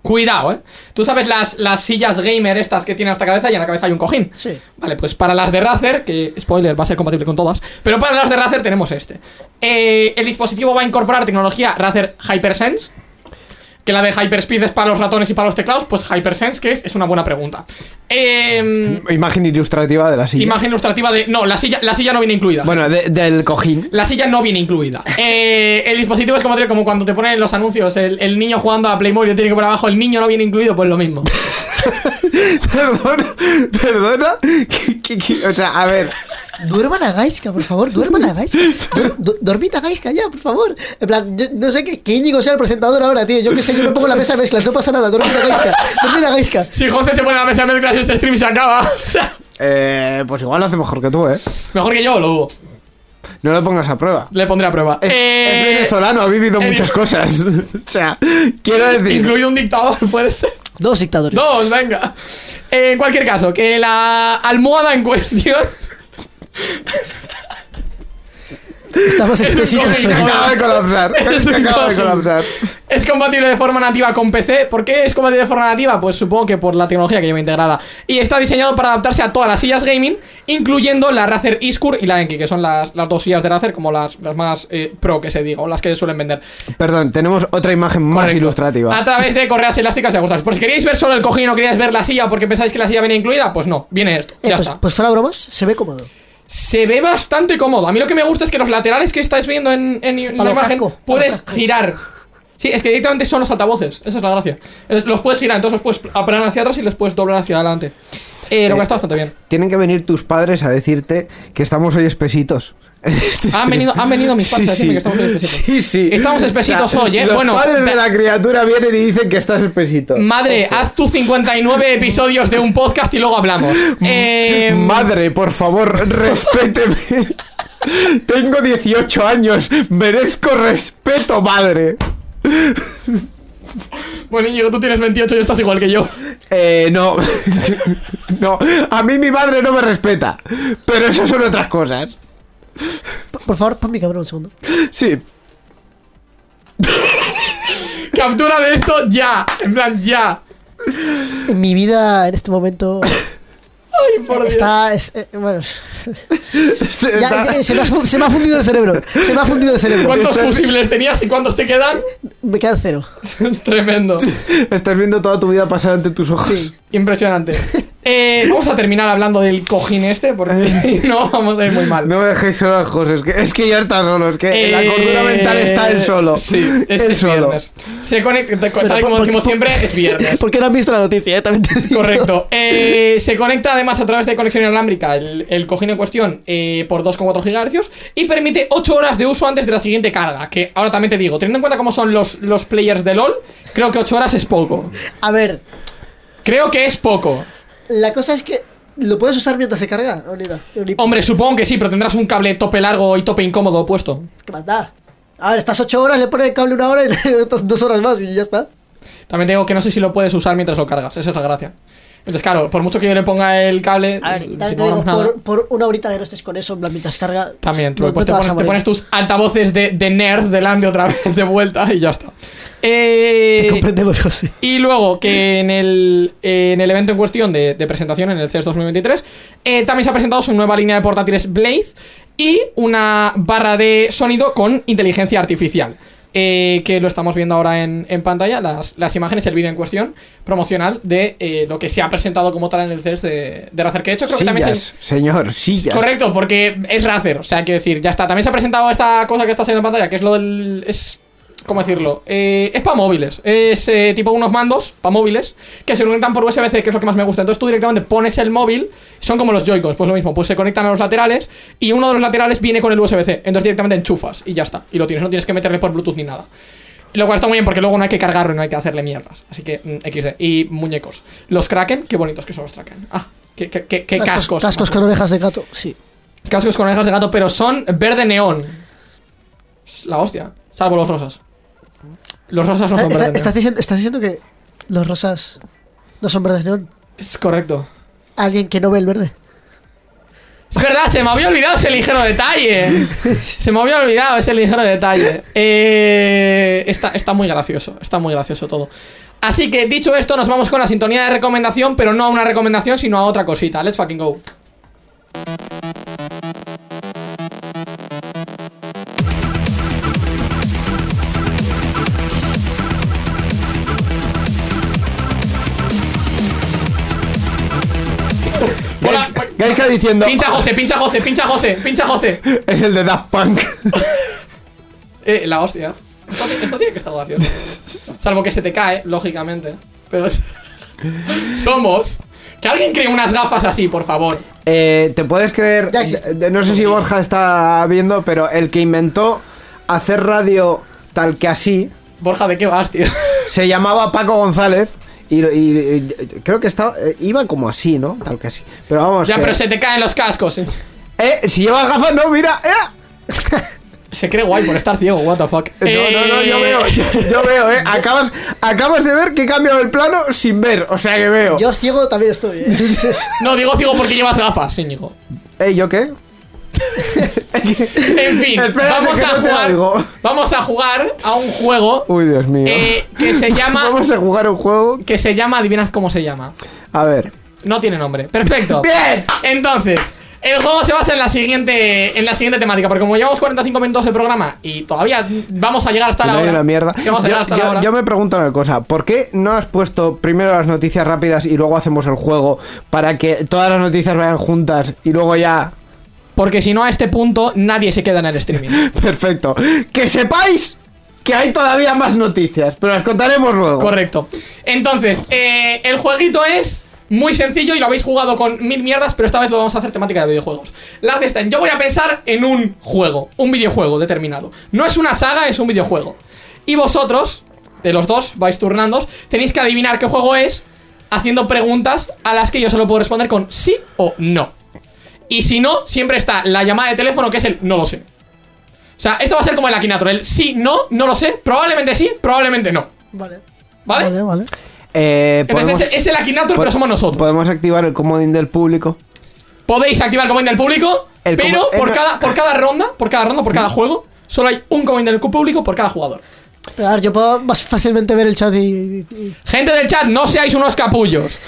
S3: Cuidado, ¿eh? Tú sabes las, las sillas gamer estas que tienen hasta cabeza y en la cabeza hay un cojín.
S4: Sí.
S3: Vale, pues para las de Razer, que spoiler, va a ser compatible con todas, pero para las de Razer tenemos este. Eh, el dispositivo va a incorporar tecnología Razer Hypersense, que la de Hyperspeed es para los ratones y para los teclados, pues Hypersense, ¿qué es? Es una buena pregunta. Eh,
S2: Imagen ilustrativa de la silla.
S3: imagen ilustrativa de... No, la silla, la silla no viene incluida.
S2: Bueno, de- del cojín.
S3: La silla no viene incluida. Eh, el dispositivo es como, como cuando te ponen en los anuncios el, el niño jugando a Playmobil y tiene que por abajo el niño no viene incluido, pues lo mismo.
S2: Perdona, perdona. que- que- que- o sea, a ver.
S4: Duerman a Gaiska, por favor, duerman a Gaiska. Duer- du- dormid a Gaiska ya, por favor. En plan, yo no sé que, que Íñigo sea el presentador ahora, tío. Yo qué sé, yo me pongo en la mesa de mezclas, no pasa nada. Dormid a Gaiska, dormid a Gaiska.
S3: Si José se pone a la mesa de mezclas este stream se acaba. O sea,
S2: eh, pues igual lo hace mejor que tú, ¿eh?
S3: mejor que yo, lo
S2: No lo pongas a prueba.
S3: le pondré a prueba.
S2: Es,
S3: Eh,
S2: es venezolano, ha vivido
S3: eh,
S2: muchas cosas. o sea, quiero decir.
S3: Incluido un dictador, puede ser.
S4: Dos dictadores.
S3: Dos, venga. Eh, en cualquier caso, que la almohada en cuestión
S4: Estamos
S3: un
S4: explícitos
S3: cojín,
S4: hoy.
S3: ¿no?
S2: Acaba de colapsar.
S3: Es un
S2: Acaba de
S3: cojín.
S2: colapsar.
S3: Es compatible de forma nativa con PC. ¿Por qué es compatible de forma nativa? Pues supongo que por la tecnología que lleva integrada. Y está diseñado para adaptarse a todas las sillas gaming, incluyendo la Razer Iskur y la Enki, que son las, las dos sillas de Razer, como las, las más eh, pro que se diga, o las que suelen vender.
S2: Perdón, tenemos otra imagen más
S3: Correcto.
S2: ilustrativa.
S3: A través de correas elásticas y agujas. Por si queríais ver solo el cojín y no queríais ver la silla porque pensáis que la silla viene incluida, pues no, viene esto.
S4: Eh,
S3: ya
S4: pues,
S3: está.
S4: pues fuera bromas, se ve cómodo.
S3: se ve bastante cómodo. A mí lo que me gusta es que los laterales que estáis viendo en, en la
S4: lo
S3: imagen
S4: caco, pa' lo
S3: puedes
S4: caco.
S3: girar. Sí, es que directamente son los altavoces. Esa es la gracia. Es- los puedes girar, entonces los puedes aplanar hacia atrás y los puedes doblar hacia adelante. Eh, lo
S2: Eh,
S3: cual está bastante bien.
S2: Tienen que venir tus padres a decirte que estamos hoy espesitos. este
S3: Han venido, han venido mis padres a decirme que estamos muy espesitos.
S2: Sí, sí.
S3: Estamos espesitos hoy, ¿eh?
S2: Los
S3: Bueno,
S2: padres de
S3: da-
S2: la criatura vienen y dicen que estás espesito.
S3: Madre, haz tus 59 episodios de un podcast y luego hablamos. Eh,
S2: Madre, por favor, respéteme. Tengo 18 años, merezco respeto, madre.
S3: Bueno, Íñigo, tú tienes 28 y estás igual que yo.
S2: Eh, no. no, a mí mi madre no me respeta. Pero eso son otras cosas.
S4: Por favor, pon mi cabrón un segundo.
S2: Sí.
S3: Captura de esto ya. En plan, ya.
S4: En mi vida, en este momento,
S3: Ay, por Dios.
S4: está... es- eh, bueno, ya- ya- se, me ha, fu- se me ha fundido el cerebro. Se me ha fundido el cerebro.
S3: ¿Cuántos fusibles tenías y cuántos te quedan?
S4: Me quedan cero.
S3: Tremendo.
S2: Estás viendo toda tu vida pasar ante tus ojos.
S3: Impresionante. Eh, vamos a terminar hablando del cojín este, porque si no vamos a ir muy mal.
S2: No me dejéis solo al José, es que, es que ya está solo, es que la cordura
S3: Eh,
S2: mental está él solo.
S3: Sí, es,
S2: él
S3: es
S2: solo.
S3: viernes. Se conecta, tal y como decimos siempre, es viernes.
S4: Porque no han visto la noticia, eh, también te digo.
S3: Correcto. Eh, se conecta además a través de conexión inalámbrica el, el cojín en cuestión eh, por 2,4 GHz y permite 8 horas de uso antes de la siguiente carga. Que ahora también te digo, teniendo en cuenta cómo son los, los players de LOL, creo que 8 horas es poco.
S4: A ver,
S3: Creo que es poco.
S4: la cosa es que lo puedes usar mientras se carga. No, ni da- ni-
S3: Hombre, supongo que sí, pero tendrás un cable tope largo y tope incómodo puesto.
S4: ¿Qué más da? A ver, estás 8 horas, le pones el cable una hora y le estás 2 horas más y ya está.
S3: También te digo que no sé si lo puedes usar mientras lo cargas, esa es la gracia. Entonces, claro, por mucho que yo le ponga el cable.
S4: A ver, y
S3: si
S4: también te
S3: pongamos
S4: digo,
S3: nada-
S4: por, por una horita que no estés con eso, en plan, mientras carga.
S3: También, tú,
S4: no-
S3: pues
S4: no
S3: te,
S4: vas
S3: pones,
S4: a
S3: te
S4: morir.
S3: pones tus altavoces de, de nerd delante otra vez de vuelta y ya está. Eh,
S4: Te comprendemos, José.
S3: y luego que en el, eh, en el evento en cuestión de, de presentación, en el E CES 2023, eh, también se ha presentado su nueva línea de portátiles Blaze y una barra de sonido con inteligencia artificial. eh, que lo estamos viendo ahora en, en pantalla, las, las imágenes, el vídeo en cuestión promocional de eh, lo que se ha presentado como tal en el CES de, de Razer. Que de hecho creo que también se,
S2: Sillas, señor, sillas.
S3: Correcto, porque es Razer, o sea, quiero decir, ya está. También se ha presentado esta cosa que está saliendo en pantalla, que es lo del... Es, ¿Cómo decirlo? Eh, es para móviles. Es eh, tipo unos mandos para móviles que se conectan por USB-C, que es lo que más me gusta. Entonces tú directamente pones el móvil, son como los Joy-Cons, pues lo mismo, pues se conectan a los laterales y uno de los laterales viene con el USB-C. Entonces directamente enchufas y ya está. Y lo tienes, no tienes que meterle por Bluetooth ni nada. Lo cual está muy bien porque luego no hay que cargarlo y no hay que hacerle mierdas. Así que, mm, XD. Y muñecos. Los Kraken, qué bonitos que son los Kraken. Ah, qué, qué- qué- qué cascos.
S4: Cascos con orejas de gato, sí.
S3: Cascos con orejas de gato, pero son verde neón. Es La hostia. Salvo los rosas. Los rosas no
S4: Está-
S3: son
S4: está-
S3: verde neón.
S4: estás, diciendo, estás diciendo que los rosas no son verdes neón.
S3: Es correcto.
S4: Alguien que no ve el verde.
S3: Es verdad, se me había olvidado ese ligero detalle. Se me había olvidado ese ligero detalle. Eh, está, está muy gracioso, está muy gracioso todo. Así que dicho esto, nos vamos con la sintonía de recomendación, pero no a una recomendación, sino a otra cosita. Let's fucking go. Hola,
S2: Gaisca diciendo.
S3: Pincha José, pincha José, pincha José, pincha José.
S2: Es el de Daft Punk.
S3: Eh, la hostia. Esto, ti- esto tiene que estar gracioso. Salvo que se te cae, lógicamente. Pero es- somos. Que alguien cree unas gafas así, por favor.
S2: Eh, ¿Te puedes creer?
S4: Ya existe.
S2: de- No sé si Borja está viendo, pero el que inventó hacer radio tal que así
S3: Borja, ¿de qué vas, tío?
S2: se llamaba Paco González. Y, y- y creo que estaba, eh, iba como así, ¿no? Tal que así. Pero vamos.
S3: Ya,
S2: que-
S3: pero se te caen los cascos.
S2: Eh, si llevas gafas, no, mira. ¡eh!
S3: Se cree guay por estar ciego, what the fuck.
S2: No, no, no, yo
S3: Eh,
S2: veo, yo, yo veo, eh. Acabas, acabas de ver que he cambiado el plano sin ver, o sea que veo.
S4: Yo ciego también estoy, eh.
S3: No, digo ciego porque llevas gafas, Íñigo.
S2: ¿Eh, yo qué?
S3: En fin,
S2: Espérate,
S3: vamos
S2: que
S3: a
S2: no te
S3: jugar.
S2: oigo.
S3: Vamos a jugar a un juego
S2: Uy, Dios mío.
S3: eh, que se llama.
S2: Vamos a jugar un juego.
S3: Que se llama, adivinas cómo se llama.
S2: A ver.
S3: No tiene nombre. Perfecto.
S2: ¡Bien!
S3: Entonces, el juego se basa en la siguiente en la siguiente temática, porque como llevamos 45 minutos de programa y todavía vamos a llegar hasta la
S2: No hay
S3: hora.
S2: una mierda.
S3: que Vamos a llegar hasta la hora.
S2: yo me pregunto una cosa, ¿por qué no has puesto primero las noticias rápidas y luego hacemos el juego para que todas las noticias vayan juntas y luego ya...
S3: Porque si no a este punto nadie se queda en el streaming.
S2: Perfecto. Que sepáis que hay todavía más noticias, pero las contaremos luego.
S3: Correcto. Entonces, eh, el jueguito es muy sencillo y lo habéis jugado con mil mierdas, pero esta vez lo vamos a hacer temática de videojuegos. La hace está en, yo voy a pensar en un juego, un videojuego determinado. No es una saga, es un videojuego. Y vosotros, de los dos, vais turnando, tenéis que adivinar qué juego es haciendo preguntas a las que yo solo puedo responder con sí o no. Y si no, siempre está la llamada de teléfono que es el no lo sé. O sea, esto va a ser como el Akinator, el sí, no, no lo sé, probablemente sí, probablemente no.
S4: Vale.
S3: ¿Vale?
S4: Vale, vale.
S2: Eh,
S3: Entonces
S2: podemos-
S3: es, es el Akinator, pero
S2: pod-
S3: somos nosotros.
S2: Podemos activar el comodín del público.
S3: Podéis activar el comodín del público,
S2: El
S3: pero
S2: como- el
S3: por,
S2: no-
S3: cada, por cada ronda, por cada ronda, por cada juego, solo hay un comodín del público por cada jugador.
S4: Pero a ver, yo puedo más fácilmente ver el chat y. y- y-
S3: Gente del chat, no seáis unos capullos.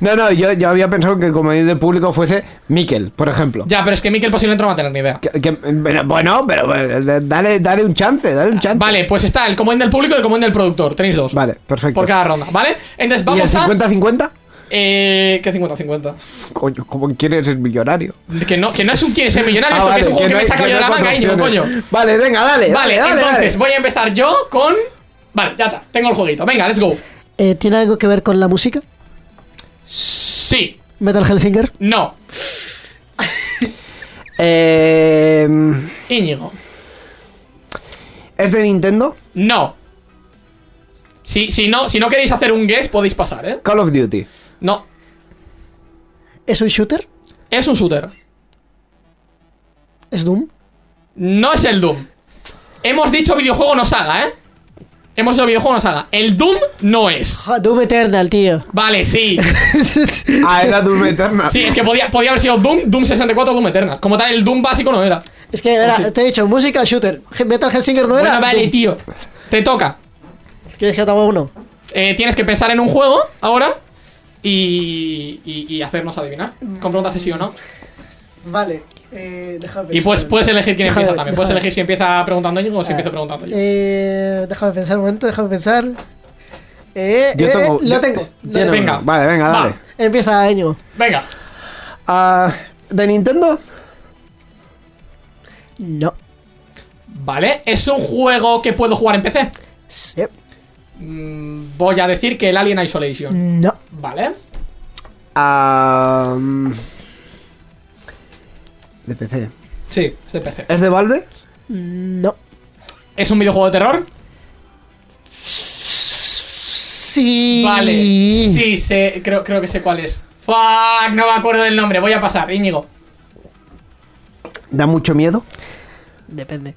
S2: No, no, yo, yo había pensado que el comodín del público fuese Miquel, por ejemplo.
S3: Ya, pero es que Mikel posiblemente no va a tener ni idea.
S2: Que- que- pero bueno, pero bueno, dale, dale un chance, dale un chance.
S3: Vale, pues está el comodín del público y el comodín del productor. Tenéis dos.
S2: Vale, perfecto.
S3: Por cada ronda, ¿vale? Entonces
S2: ¿Y el
S3: vamos a.
S2: 50-50?
S3: Eh, ¿Qué 50-50?
S2: Coño, ¿cómo quieres ser millonario?
S3: Que no, que no es un quién es el millonario, esto que es un juego que,
S2: no
S3: me he
S2: hay-
S3: sacado
S2: Ah, que
S3: yo
S2: no
S3: de la
S2: hay
S3: manga,
S2: cuatro
S3: Íñigo, coño.
S2: opciones. Vale, venga, dale.
S3: Vale,
S2: dale, dale,
S3: entonces
S2: dale.
S3: voy a empezar yo con. Vale, ya está, tengo el jueguito. Venga, let's go.
S4: Eh, ¿Tiene algo que ver con la música?
S3: Sí,
S4: Metal Hellsinger.
S3: no,
S2: Eh,
S3: Íñigo,
S2: ¿Es de Nintendo?
S3: no. Si, si, no, si no queréis hacer un guess, podéis pasar, ¿eh?
S2: Call of Duty.
S3: No,
S4: ¿Es un shooter?
S3: es un shooter.
S4: ¿Es Doom?
S3: No es el Doom. Hemos dicho videojuego no saga, ¿eh? Hemos dicho videojuego no saga. El Doom no es.
S4: Ja, Doom Eternal, tío.
S3: Vale, sí.
S2: Ah, era Doom Eternal.
S3: Sí, es que podía, podía haber sido Doom, Doom 64 o Doom Eternal. Como tal, el Doom básico no era.
S4: es que era- te he dicho, música, shooter. He- Metal Hellsinger no era.
S3: Bueno, vale,
S4: Doom.
S3: tío. Te toca.
S4: ¿Quieres que ataba uno?
S3: Eh, tienes que pensar en un juego ahora y, y- y hacernos adivinar. Con preguntas de sí o no.
S4: Vale. Eh, déjame
S3: Y pues puedes elegir quién
S4: Déjame
S3: empieza
S4: ver,
S3: también. Puedes
S4: déjame
S3: elegir si empieza preguntando yo o si empiezo preguntando yo.
S4: Eh, déjame pensar un momento, déjame pensar. Eh,
S2: Yo
S4: eh,
S2: tengo-
S4: eh,
S2: yo-
S4: lo tengo. lo
S2: Tiene
S4: tengo.
S3: Venga.
S2: uno. Vale, venga,
S3: Va.
S2: dale.
S4: Empieza año.
S3: Venga.
S2: Ah, ¿De Nintendo?
S4: No.
S3: Vale, ¿es un juego que puedo jugar en PC?
S4: Sí.
S3: Mm, voy a decir que el Alien Isolation.
S4: No.
S3: Vale.
S2: Ah, mm, de PC.
S3: Sí, es de PC.
S2: ¿Es de Valve?
S4: No.
S3: ¿Es un videojuego de terror?
S4: Sí.
S3: Vale. Sí, sé, creo, creo que sé cuál es. Fuck, no me acuerdo del nombre. Voy a pasar, Íñigo.
S2: ¿Da mucho miedo?
S4: Depende.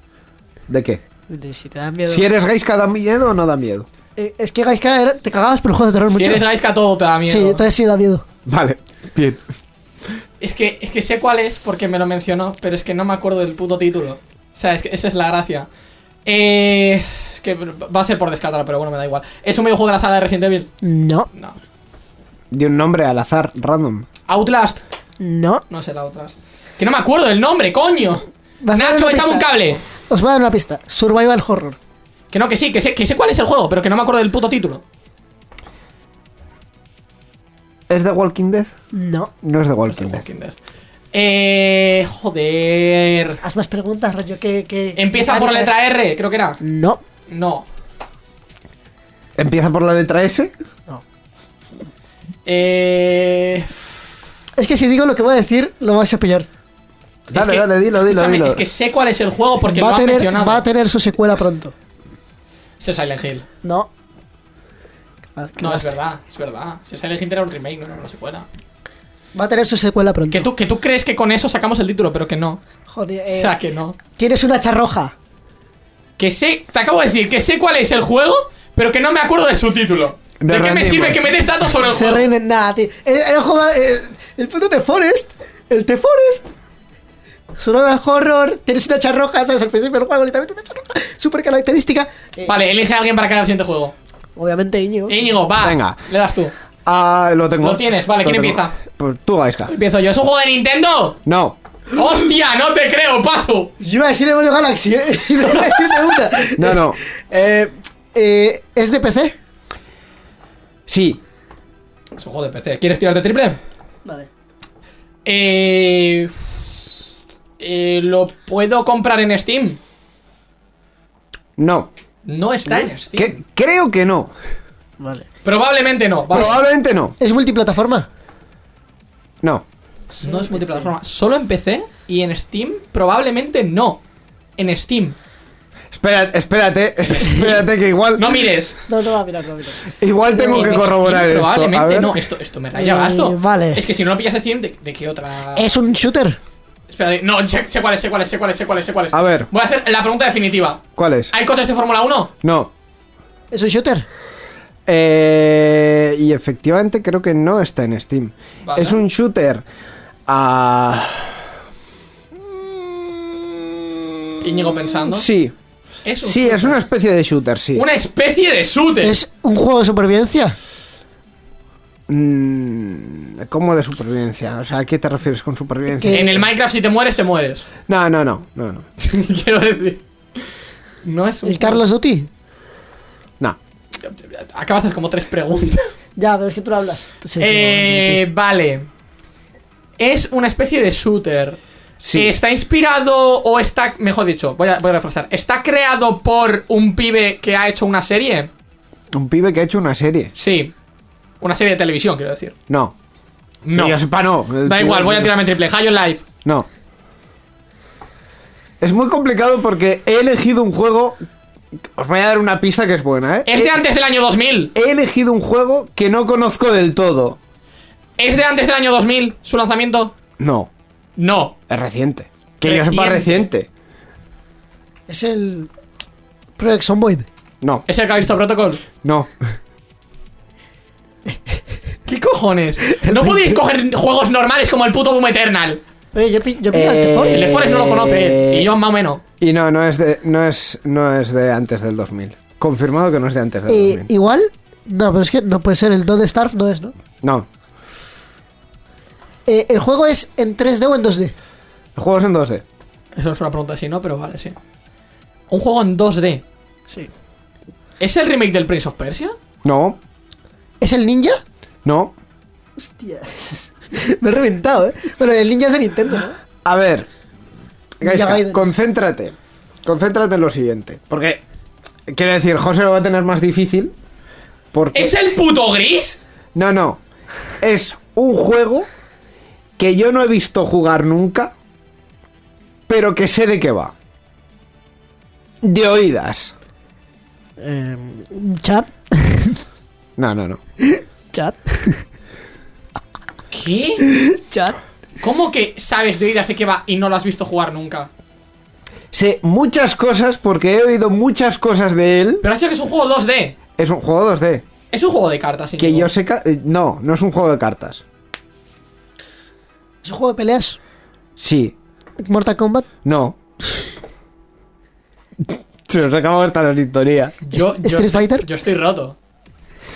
S2: ¿De qué?
S4: De si te dan miedo.
S2: Si eres Gaiska, ¿da miedo o no da miedo?
S4: Eh, es que Gaiska era- te cagabas por el juego de terror
S3: Si
S4: mucho.
S3: eres Gaiska, todo te da miedo.
S4: sí, entonces sí da miedo.
S2: Vale, bien.
S3: Es que, es que sé cuál es porque me lo mencionó, pero es que no me acuerdo del puto título. O sea, es que esa es la gracia. Eh, es que va a ser por descartar, pero bueno, me da igual. ¿Es un videojuego de la saga de Resident Evil?
S4: No.
S3: No.
S2: Di un nombre al azar, random.
S3: ¿Outlast?
S4: No.
S3: No sé la Outlast. Que no me acuerdo del nombre, coño.
S4: Va a ser
S3: Nacho,
S4: una
S3: échame un
S4: pista.
S3: cable.
S4: Os voy a dar una pista. Survival horror.
S3: Que no, que sí, que sé, que sé cuál es el juego, pero que no me acuerdo del puto título.
S2: ¿Es de Walking Dead?
S4: No.
S2: No es de Walking Dead.
S3: Walking Dead. Eh, joder.
S4: Haz más preguntas, rollo, que... que
S3: Empieza por la letra E. R, creo que era.
S4: No.
S3: No.
S2: ¿Empieza por la letra S?
S3: Eh,
S4: Es que si digo lo que voy a decir, lo vais a pillar.
S2: Dale,
S3: que-
S2: dale, dilo, dilo,
S3: escúchame,
S2: dilo.
S3: Es que sé cuál es el juego porque
S4: va,
S3: lo
S4: a
S3: has
S4: tener,
S3: mencionado.
S4: va a tener su secuela pronto.
S3: Es el Silent Hill.
S4: No. Ah,
S3: No, es verdad, es verdad. Si el Silent Hill era un remake, no, no, no se cuela.
S4: Va a tener su secuela pronto.
S3: Que tú, que tú crees que con eso sacamos el título, pero que no.
S4: Joder,
S3: O
S4: eh,
S3: sea, que no.
S4: tienes una charroja.
S3: Que sé, te acabo de decir que sé cuál es el juego, pero que no me acuerdo de su título.
S2: Nos
S3: ¿De qué me
S2: rendimos.
S3: sirve que me des datos sobre el
S4: Se
S3: juego?
S4: rinden, nada, tío. El, el juego- el- el puto The Forest. El The Forest. Sonora horror. Tienes una charroja, ¿sabes? Al principio del juego, literalmente una charroja. Súper característica. Eh,
S3: Vale, elige a alguien para que haga el siguiente juego.
S4: Obviamente, Íñigo.
S3: Íñigo, va.
S2: Venga.
S3: Le das tú.
S2: Ah, lo tengo.
S3: Lo tienes, vale,
S2: Lo
S3: ¿quién
S2: tengo.
S3: empieza?
S2: Pues tú, Gaiska.
S3: Empiezo yo. ¿Es un juego de Nintendo?
S2: No,
S3: ¡Hostia! ¡No te creo! ¡Paso!
S4: Yo iba a decir Mario Galaxy, ¿eh? Y me iba a decir de una.
S2: no, no.
S4: Eh, eh, ¿Es de PC?
S2: Sí.
S3: Es un juego de PC. ¿Quieres tirarte triple?
S4: Vale.
S3: Eh, eh, ¿Lo puedo comprar en Steam?
S2: No.
S3: No está en Steam.
S2: Que- creo que no.
S4: Vale.
S3: Probablemente no. Vale.
S2: Probablemente no.
S4: ¿Es multiplataforma?
S2: No.
S3: No es multiplataforma. Solo en PC y en Steam probablemente no. En Steam.
S2: Espérate, espérate, espérate que igual,
S3: No mires.
S4: No, no va a mirar, no va a mirar.
S2: igual tengo que corroborar esto. A
S3: Probablemente
S2: ver.
S3: no. Esto, esto me raya gasto.
S4: Eh, vale.
S3: Es que si no lo pillas así, ¿de, de qué otra?
S4: Es un shooter.
S3: Espera, no, sé, sé cuál es, sé cuál es, sé cuál es, sé cuál es, sé cuál es.
S2: A ver.
S3: Voy a hacer la pregunta definitiva.
S2: ¿Cuál es?
S3: ¿Hay coches de Fórmula 1?
S2: No.
S4: Es un shooter.
S2: Eh, y efectivamente creo que no está en Steam.
S3: Vale.
S2: Es un shooter. Ah,
S3: Íñigo pensando.
S2: Sí.
S3: Es un
S2: Sí, es una especie de shooter, sí.
S3: Una especie de shooter.
S4: Es un juego de supervivencia.
S2: Mm, ¿Cómo de supervivencia? O sea, ¿a qué te refieres con supervivencia?
S4: ¿Qué?
S3: En el Minecraft si te mueres, te mueres.
S2: No, no, no, no, no.
S3: Quiero decir. No es un...
S4: El Carlos Duty.
S2: No.
S3: Acabas de hacer como tres preguntas.
S4: Ya, pero es que tú no hablas. Sí,
S3: Eh, vale. Es una especie de shooter.
S2: Sí.
S3: ¿Está inspirado o está... Mejor dicho, voy a, voy a refrasar. ¿Está creado por un pibe que ha hecho una serie?
S2: Un pibe que ha hecho una serie.
S3: Sí. Una serie de televisión, quiero decir.
S2: No.
S3: No.
S2: Que yo sepa, no. El
S3: Da
S2: pibe-
S3: igual, voy a tirarme en triple. High on Life.
S2: No. Es muy complicado porque he elegido un juego. Os voy a dar una pista que es buena, ¿eh?
S3: Es de antes del año 2000.
S2: He elegido un juego que no conozco del todo.
S3: ¿Es de antes del año 2000 su lanzamiento?
S2: No,
S3: No.
S2: es reciente. Que yo sepa
S3: Reciente.
S2: reciente.
S4: Es el. Project Zomboid.
S2: No,
S3: ¿Es el Callisto Protocol?
S2: no.
S3: ¿Qué cojones? No podéis coger juegos normales como el puto Doom Eternal.
S4: Oye, yo, pi- yo pillo
S2: Eh,
S4: al
S3: El de Forest no lo conoce.
S2: Eh.
S3: Y yo más o menos.
S2: Y no, no es de, no es, no es de antes del 2000. Confirmado que no es de antes del
S4: Eh,
S2: 2000.
S4: Igual. No, pero es que no puede ser. El Don't Starve no es, ¿no?
S2: No,
S4: Eh, el juego es en 3D o en 2D.
S2: el juego es en 2D.
S3: Eso es una pregunta así, ¿no? Pero vale, sí. Un juego en 2D.
S4: Sí.
S3: ¿Es el remake del Prince of Persia?
S2: No,
S4: ¿Es el ninja?
S2: no.
S4: Hostia. Me he reventado, ¿eh? Bueno, el ninja es de Nintendo, ¿no?
S2: A ver, Gaisca,
S4: Gaiden.
S2: concéntrate. Concéntrate en lo siguiente. Porque, quiero decir, José lo va a tener más difícil. Porque...
S3: ¿Es el puto gris?
S2: No, no. Es un juego que yo no he visto jugar nunca, pero que sé de qué va. De oídas.
S4: Chat.
S2: No, no, no.
S4: Chat.
S3: ¿Qué?
S4: Chat.
S3: ¿Cómo que sabes de oídas de qué va y no lo has visto jugar nunca?
S2: Sé muchas cosas porque he oído muchas cosas de él.
S3: Pero has dicho que es un juego 2D.
S2: Es un juego 2D.
S3: Es un juego de cartas, sí.
S2: Que yo sé... ca- eh, No, no es un juego de cartas.
S4: ¿Es un juego de peleas?
S2: Sí.
S4: ¿Mortal Kombat?
S2: No. Se nos acaba de estar la sintonía.
S3: Yo- yo
S4: Street
S3: estoy-
S4: Fighter?
S3: Yo estoy roto.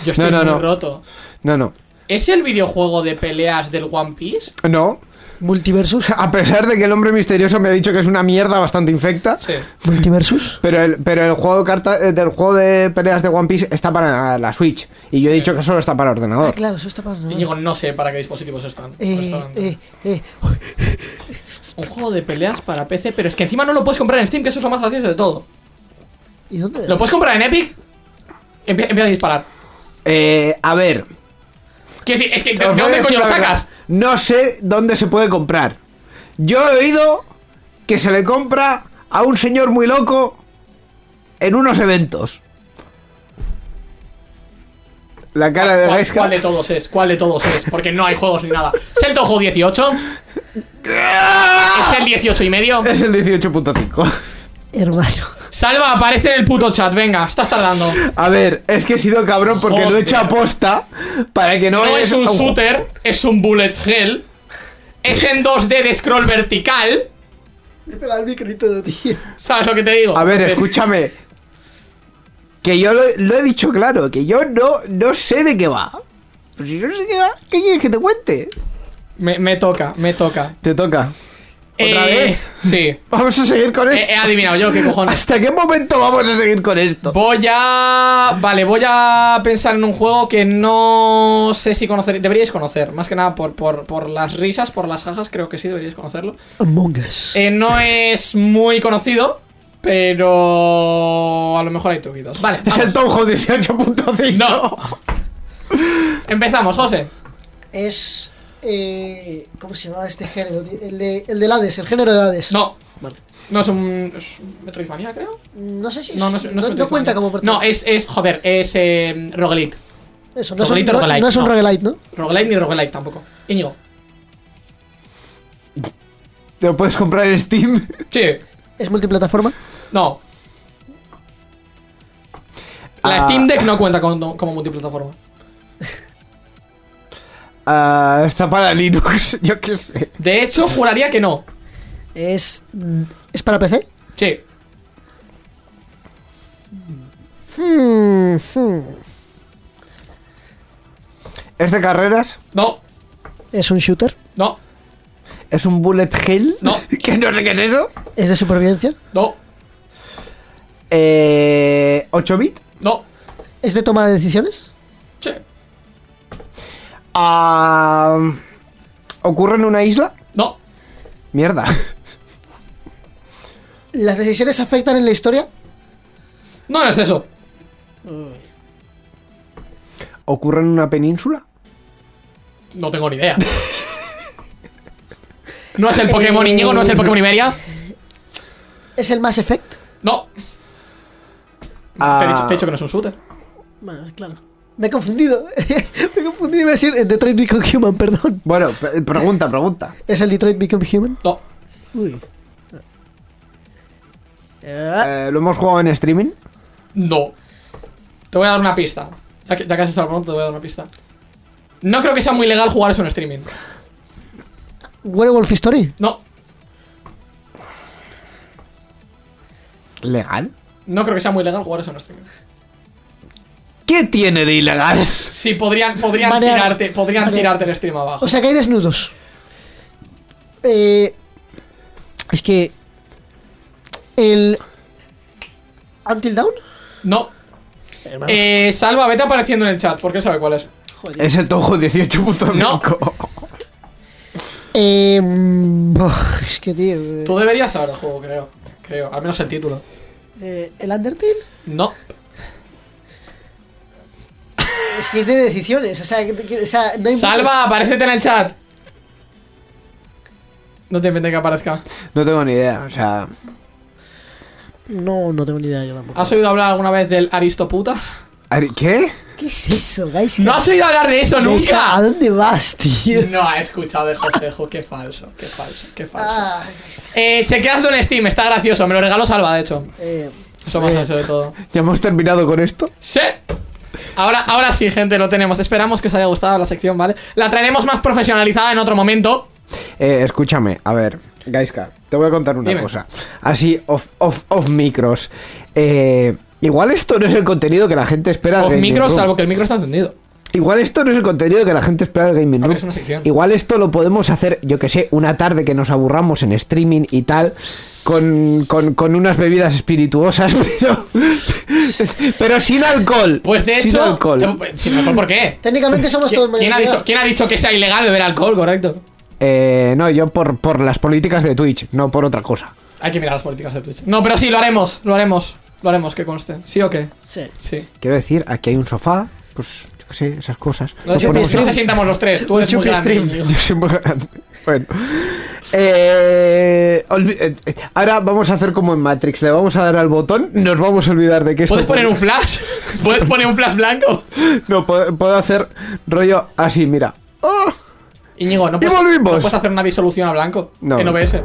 S3: Yo estoy
S2: no,
S3: muy
S2: no.
S3: roto.
S2: No, no.
S3: ¿Es el videojuego de peleas del One Piece?
S2: No.
S4: ¿Multiversus?
S2: A pesar de que el hombre misterioso me ha dicho que es una mierda bastante infecta.
S3: Sí.
S4: Ah. ¿Multiversus?
S2: Pero el, pero el juego de carta, eh, del juego de peleas de One Piece está para la Switch. Y yo he dicho que solo está para
S4: Ah,
S2: ordenador.
S4: claro, eso está pasando.
S3: Íñigo, no sé para qué dispositivos están.
S4: Eh,
S3: Están-
S4: eh, eh.
S3: Un juego de peleas para PC, pero es que encima no lo puedes comprar en Steam, que eso es lo más gracioso de todo.
S4: ¿Y dónde?
S3: ¿Lo puedes comprar en Epic? Empie- Empieza a disparar.
S2: Eh, a ver.
S3: Quiero decir, es que ¿de,
S2: os voy
S3: de
S2: a
S3: dónde
S2: decir
S3: coño lo
S2: la verdad.
S3: sacas?
S2: No sé dónde se puede comprar. Yo he oído que se le compra a un señor muy loco en unos eventos. La cara de
S3: ¿Cuál,
S2: Gaiska.
S3: cuál de todos es? ¿Cuál de todos es? Porque no hay juegos ni nada. ¿Es el Toho 18? ¿Es el 18 y medio?
S2: Es el 18.5.
S4: Hermano.
S3: Salva, aparece en el puto chat, venga, estás tardando.
S2: A ver, es que he sido cabrón porque lo he hecho
S3: Joder.
S2: aposta para que no,
S3: No
S2: vayas
S3: es
S2: a
S3: un
S2: ju-
S3: shooter, es un bullet hell. Es en 2D de scroll vertical.
S4: Te pega el micrito, tío.
S3: ¿Sabes lo que te digo?
S2: A ver,
S3: Entonces,
S2: escúchame. Que yo lo, lo he dicho claro, que yo no, no sé de qué va. Pero si yo no sé de qué va, ¿qué quieres que te cuente?
S3: Me, me toca, me toca.
S2: Te toca. ¿Otra
S3: Eh,
S2: vez?
S3: Sí.
S2: Vamos a seguir con
S3: He,
S2: esto.
S3: he adivinado yo, qué cojones.
S2: ¿Hasta qué momento vamos a seguir con esto?
S3: Voy a. Vale, voy a pensar en un juego que no sé si conoceréis. Deberíais conocer, más que nada por, por, por las risas, por las jajas, creo que sí, deberíais conocerlo.
S4: Among Us.
S3: Eh, no es muy conocido, pero. A lo mejor hay truquitos. Vale,
S2: Es el
S3: vamos.
S2: Tom Hood 18.5.
S3: No. Empezamos, José.
S4: Es eh, ¿Cómo se llamaba este género? tío? El, de, el del Hades, el género de Hades.
S3: No,
S4: Vale.
S3: no es un. Es un Metroidvania, creo.
S4: No sé si.
S3: No, no, es, no, es Metroidvania.
S4: cuenta como por
S3: No, es, es. Joder, es. Eh, roguelite.
S4: Eso, no es, un,
S3: Roguelite o
S4: no,
S3: roguelite,
S4: no es un
S3: no.
S4: roguelite, ¿no?
S3: Roguelite ni roguelite tampoco. Íñigo.
S2: Te lo puedes comprar en Steam.
S3: Sí.
S4: Es multiplataforma.
S3: No. La
S2: Ah.
S3: Steam Deck no cuenta con- no, como multiplataforma.
S2: Ah, está para Linux, yo qué sé.
S3: De hecho, juraría que no.
S4: Es. mm, ¿Es para PC?
S3: Sí.
S4: Hmm, hmm.
S2: ¿Es de carreras?
S3: No.
S4: ¿Es un shooter?
S3: No.
S2: ¿Es un bullet hell?
S3: No.
S2: que no sé qué es eso.
S4: ¿Es de supervivencia?
S3: No.
S2: Eh, 8 bit.
S3: No.
S4: ¿Es de toma de decisiones?
S3: Sí.
S2: Ah, ¿Ocurre en una isla?
S3: No.
S2: Mierda.
S4: ¿Las decisiones afectan en la historia?
S3: No, no es eso.
S2: ¿Ocurre en una península?
S3: No tengo ni idea. No es el Pokémon Íñigo, no es el Pokémon Iberia.
S4: ¿Es el Mass Effect?
S3: No. Te, he
S2: Ah,
S3: dicho, te he dicho que no es un shooter.
S4: Bueno, claro. Me he confundido. me he confundido. Iba a decir eh, Detroit Become Human, perdón.
S2: Bueno, pre- pregunta, pregunta.
S4: ¿Es el Detroit Become Human?
S3: No.
S4: Uy.
S3: Ah.
S4: Ah.
S2: Eh, ¿Lo hemos jugado en streaming?
S3: No. Te voy a dar una pista. Ya que, ya que has hecho la pregunta, te voy a dar una pista. No creo que sea muy legal jugar eso en streaming.
S4: ¿Werewolf Story?
S3: No.
S2: ¿Legal?
S3: No creo que sea muy legal jugar eso en streaming.
S2: ¿Qué tiene de ilegal?
S3: Sí, podrían, podrían
S4: Variar-
S3: tirarte, podrían
S4: variar.
S3: tirarte el stream abajo.
S4: O sea que hay desnudos. Eh, es que. El. Until Down?
S3: no. Eh, Salva, vete apareciendo en el chat, porque él sabe cuál es.
S2: Es el Tojo 18.5.
S4: Eh, mm, buah, es que, tío. eh,
S3: Tú deberías saber el juego, creo. Creo, al menos el título.
S4: eh, ¿El Undertale?
S3: No.
S4: Es que es de decisiones. O sea, que- que- o sea, no hay.
S3: Salva, aparecete en el chat. No te inventes que aparezca.
S2: No tengo ni idea, o sea...
S4: No, no tengo ni idea yo tampoco.
S3: ¿Has oído hablar alguna vez del Aristoputas?
S2: Ari- ¿Qué?
S4: ¿Qué es eso, guys?
S3: ¡No has oído hablar de eso
S4: Gaisca, ¿A
S3: nunca!
S4: dónde vas, tío?
S3: No ha escuchado de Josejo, qué falso, qué falso, qué falso.
S4: Ah,
S3: Eh, chequeadlo en Steam, está gracioso, me lo regaló Salva, de hecho.
S4: eh,
S3: Eso más eso de todo.
S2: ¿Ya hemos terminado con esto?
S3: ¡Sí! Ahora, ahora sí, gente, lo tenemos. Esperamos que os haya gustado la sección, ¿vale? La traeremos más profesionalizada en otro momento.
S2: Eh, escúchame, a ver, Gaiska, te voy a contar una
S3: Dime.
S2: cosa. Así, off, off, off micros. Eh, igual esto no es el contenido que la gente espera
S3: Off
S2: de
S3: micro,
S2: Gaming Room.
S3: salvo que el micro está encendido.
S2: Igual esto no es el contenido que la gente espera de Gaming
S3: A
S2: Room.
S3: ver, es una sección.
S2: Igual esto lo podemos hacer, yo que sé, una tarde que nos aburramos en streaming y tal, con, con- con unas bebidas espirituosas, pero, pero sin alcohol.
S3: Pues de
S2: sin
S3: hecho.
S2: alcohol. ¿eh?
S3: te- pues, Sin alcohol, ¿por qué?
S4: técnicamente somos todos
S3: ¿Quién ha,
S4: mayoría.
S3: dicho, ¿Quién ha dicho que sea ilegal beber alcohol, correcto?
S2: Eh, no, yo por, por las políticas de Twitch, no por otra cosa.
S3: Hay que mirar las políticas de Twitch. No, pero sí, lo haremos, lo haremos, lo haremos, que conste. ¿Sí o qué?
S4: Sí.
S3: Sí.
S2: Quiero decir, aquí hay un sofá, pues yo qué sé, esas cosas.
S3: No,
S2: Nos
S3: no
S2: ponemos-
S3: se sientamos los tres, tú eres muy
S4: chupi
S3: grande.
S4: stream.
S3: Íñigo.
S2: Yo soy muy grande. Bueno. Eh, olvi- eh, eh, ahora vamos a hacer como en Matrix. Le vamos a dar al botón, nos vamos a olvidar de que esto...
S3: ¿Puedes poner un flash? ¿Puedes poner un flash blanco?
S2: No, puedo, puedo hacer rollo así, mira. ¡Oh!
S3: Íñigo, no puedes,
S2: volvimos.
S3: no puedes hacer una disolución a blanco
S2: No.
S3: en OBS.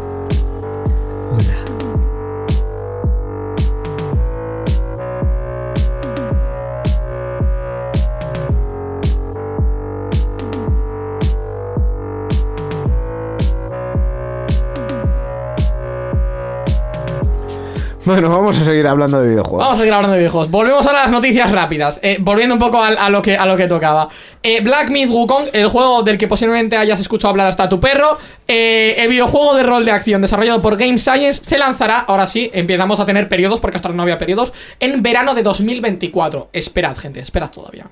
S2: Bueno, vamos a seguir hablando de videojuegos.
S3: Vamos a seguir hablando de videojuegos. Volvemos ahora a las noticias rápidas. Eh, volviendo un poco al- a, lo que, a lo que tocaba. Eh, Black Myth Wukong, el juego del que posiblemente hayas escuchado hablar hasta tu perro. Eh, el videojuego de rol de acción desarrollado por Game Science se lanzará, ahora sí, empezamos a tener periodos, porque hasta ahora no había periodos, en verano de 2024. Esperad, gente, esperad todavía.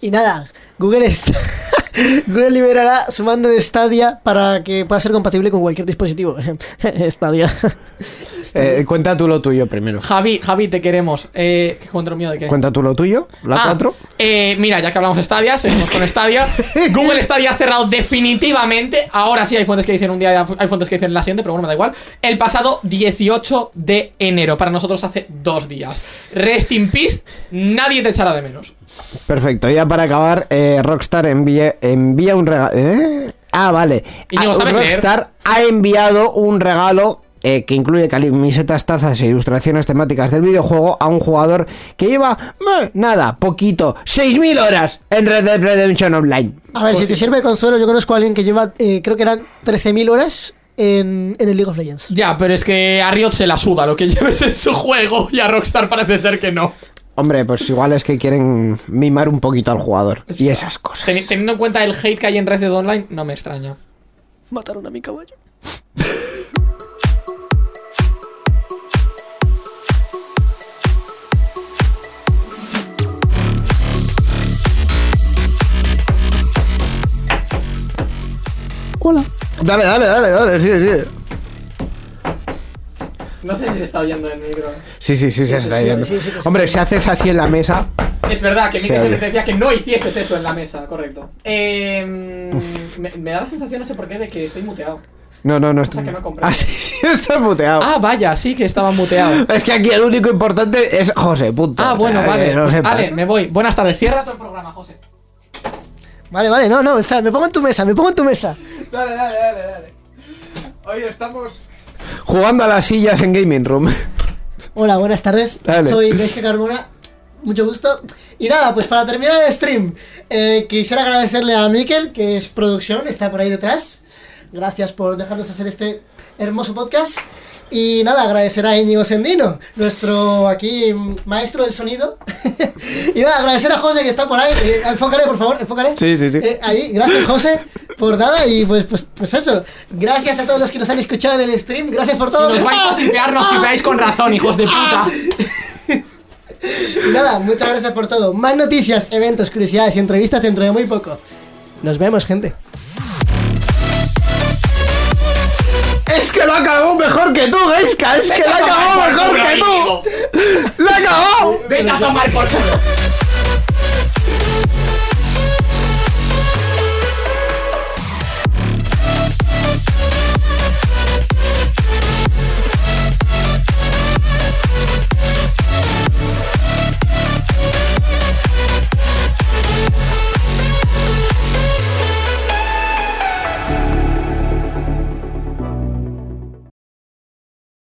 S4: Y nada, Google está. Google liberará su mando de Stadia para que pueda ser compatible con cualquier dispositivo. Stadia.
S2: Eh, cuenta tú lo tuyo primero.
S3: Javi, Javi, te queremos. Eh, ¿Qué contra mío de qué?
S2: Cuenta tú lo tuyo, la
S3: Ah,
S2: 4.
S3: eh, mira, ya que hablamos de Stadia, seguimos con Stadia. Google Stadia ha cerrado definitivamente. Ahora sí hay fuentes que dicen un día, hay fuentes que dicen la siguiente, pero bueno, me da igual. El pasado 18 de enero, para nosotros hace dos días. Rest in peace, nadie te echará de menos.
S2: Perfecto, ya para acabar, eh, Rockstar envía, envía un regalo. Ah, vale.
S3: Íñigo,
S2: Ah,
S3: ¿sabes leer?
S2: Rockstar ha enviado un regalo eh, que incluye camisetas, tazas e ilustraciones temáticas del videojuego a un jugador que lleva meh, nada, poquito, 6.000 horas en Red Dead Redemption Online.
S4: A ver, si te sirve de consuelo, yo conozco a alguien que lleva, eh, creo que eran 13.000 horas en, en el League of Legends.
S3: Ya, pero es que a Riot se la suda lo que lleves en su juego y a Rockstar parece ser que no.
S2: Hombre, pues igual es que quieren mimar un poquito al jugador y esas cosas.
S3: Teni- Teniendo en cuenta el hate que hay en Red Dead Online, no me extraña.
S4: Mataron a mi caballo.
S2: Dale, dale, dale, dale, sí, sí.
S3: No sé si se está oyendo el micro.
S2: Sí, sí, sí, se está
S4: sí,
S2: yendo.
S4: sí, sí que se
S2: Hombre,
S4: está
S2: si haces así en la mesa,
S3: Es verdad que
S2: Se
S3: Miguel se
S2: oye.
S3: te decía que no hicieses eso en la mesa, correcto. Eh, me, me da la sensación, no sé por qué, de que estoy muteado.
S2: No, no, no está.
S3: Cosa que no comprendo.
S2: ah, sí, sí, está muteado.
S3: Ah, vaya, sí que estaba muteado.
S2: Es que aquí el único importante es José, punto. O
S3: Ah,
S2: sea,
S3: bueno,
S2: que
S3: vale.
S2: no
S3: pues,
S2: sepas.
S3: vale, me voy. Buenas tardes. Cierra todo el programa, José.
S4: Vale, vale, no, no, está, me pongo en tu mesa, me pongo en tu mesa.
S6: Dale, dale, dale, dale. Hoy estamos.
S2: Jugando a las sillas en Gaming Room.
S4: Hola, buenas tardes.
S2: Dale.
S4: Soy Gaisca Carmona. Mucho gusto. Y nada, pues para terminar el stream, eh, quisiera agradecerle a Miquel, que es producción, está por ahí detrás. Gracias por dejarnos hacer este hermoso podcast. Y nada, agradecer a Íñigo Sendino, nuestro aquí mm, maestro del sonido. y nada, agradecer a José que está por ahí. Eh, enfócale, por favor, enfócale.
S2: Sí, sí, sí.
S4: Eh, ahí, gracias José por nada. Y pues, pues, pues eso. Gracias a todos los que nos han escuchado en el stream. Gracias por todo.
S3: Nos vais a sipear, nos sipeáis con razón, hijos de puta.
S4: Y Nada, muchas gracias por todo. Más noticias, eventos, curiosidades y entrevistas dentro de muy poco. Nos vemos, gente.
S2: Es que lo ha cagado mejor que tú, Gaiska. Es que lo ha
S3: Vete a
S2: cagado
S3: tomar por
S2: mejor
S3: culo,
S2: que
S3: Íñigo.
S2: tú. ¡Lo ha cagado!
S3: Vete a tomar por culo.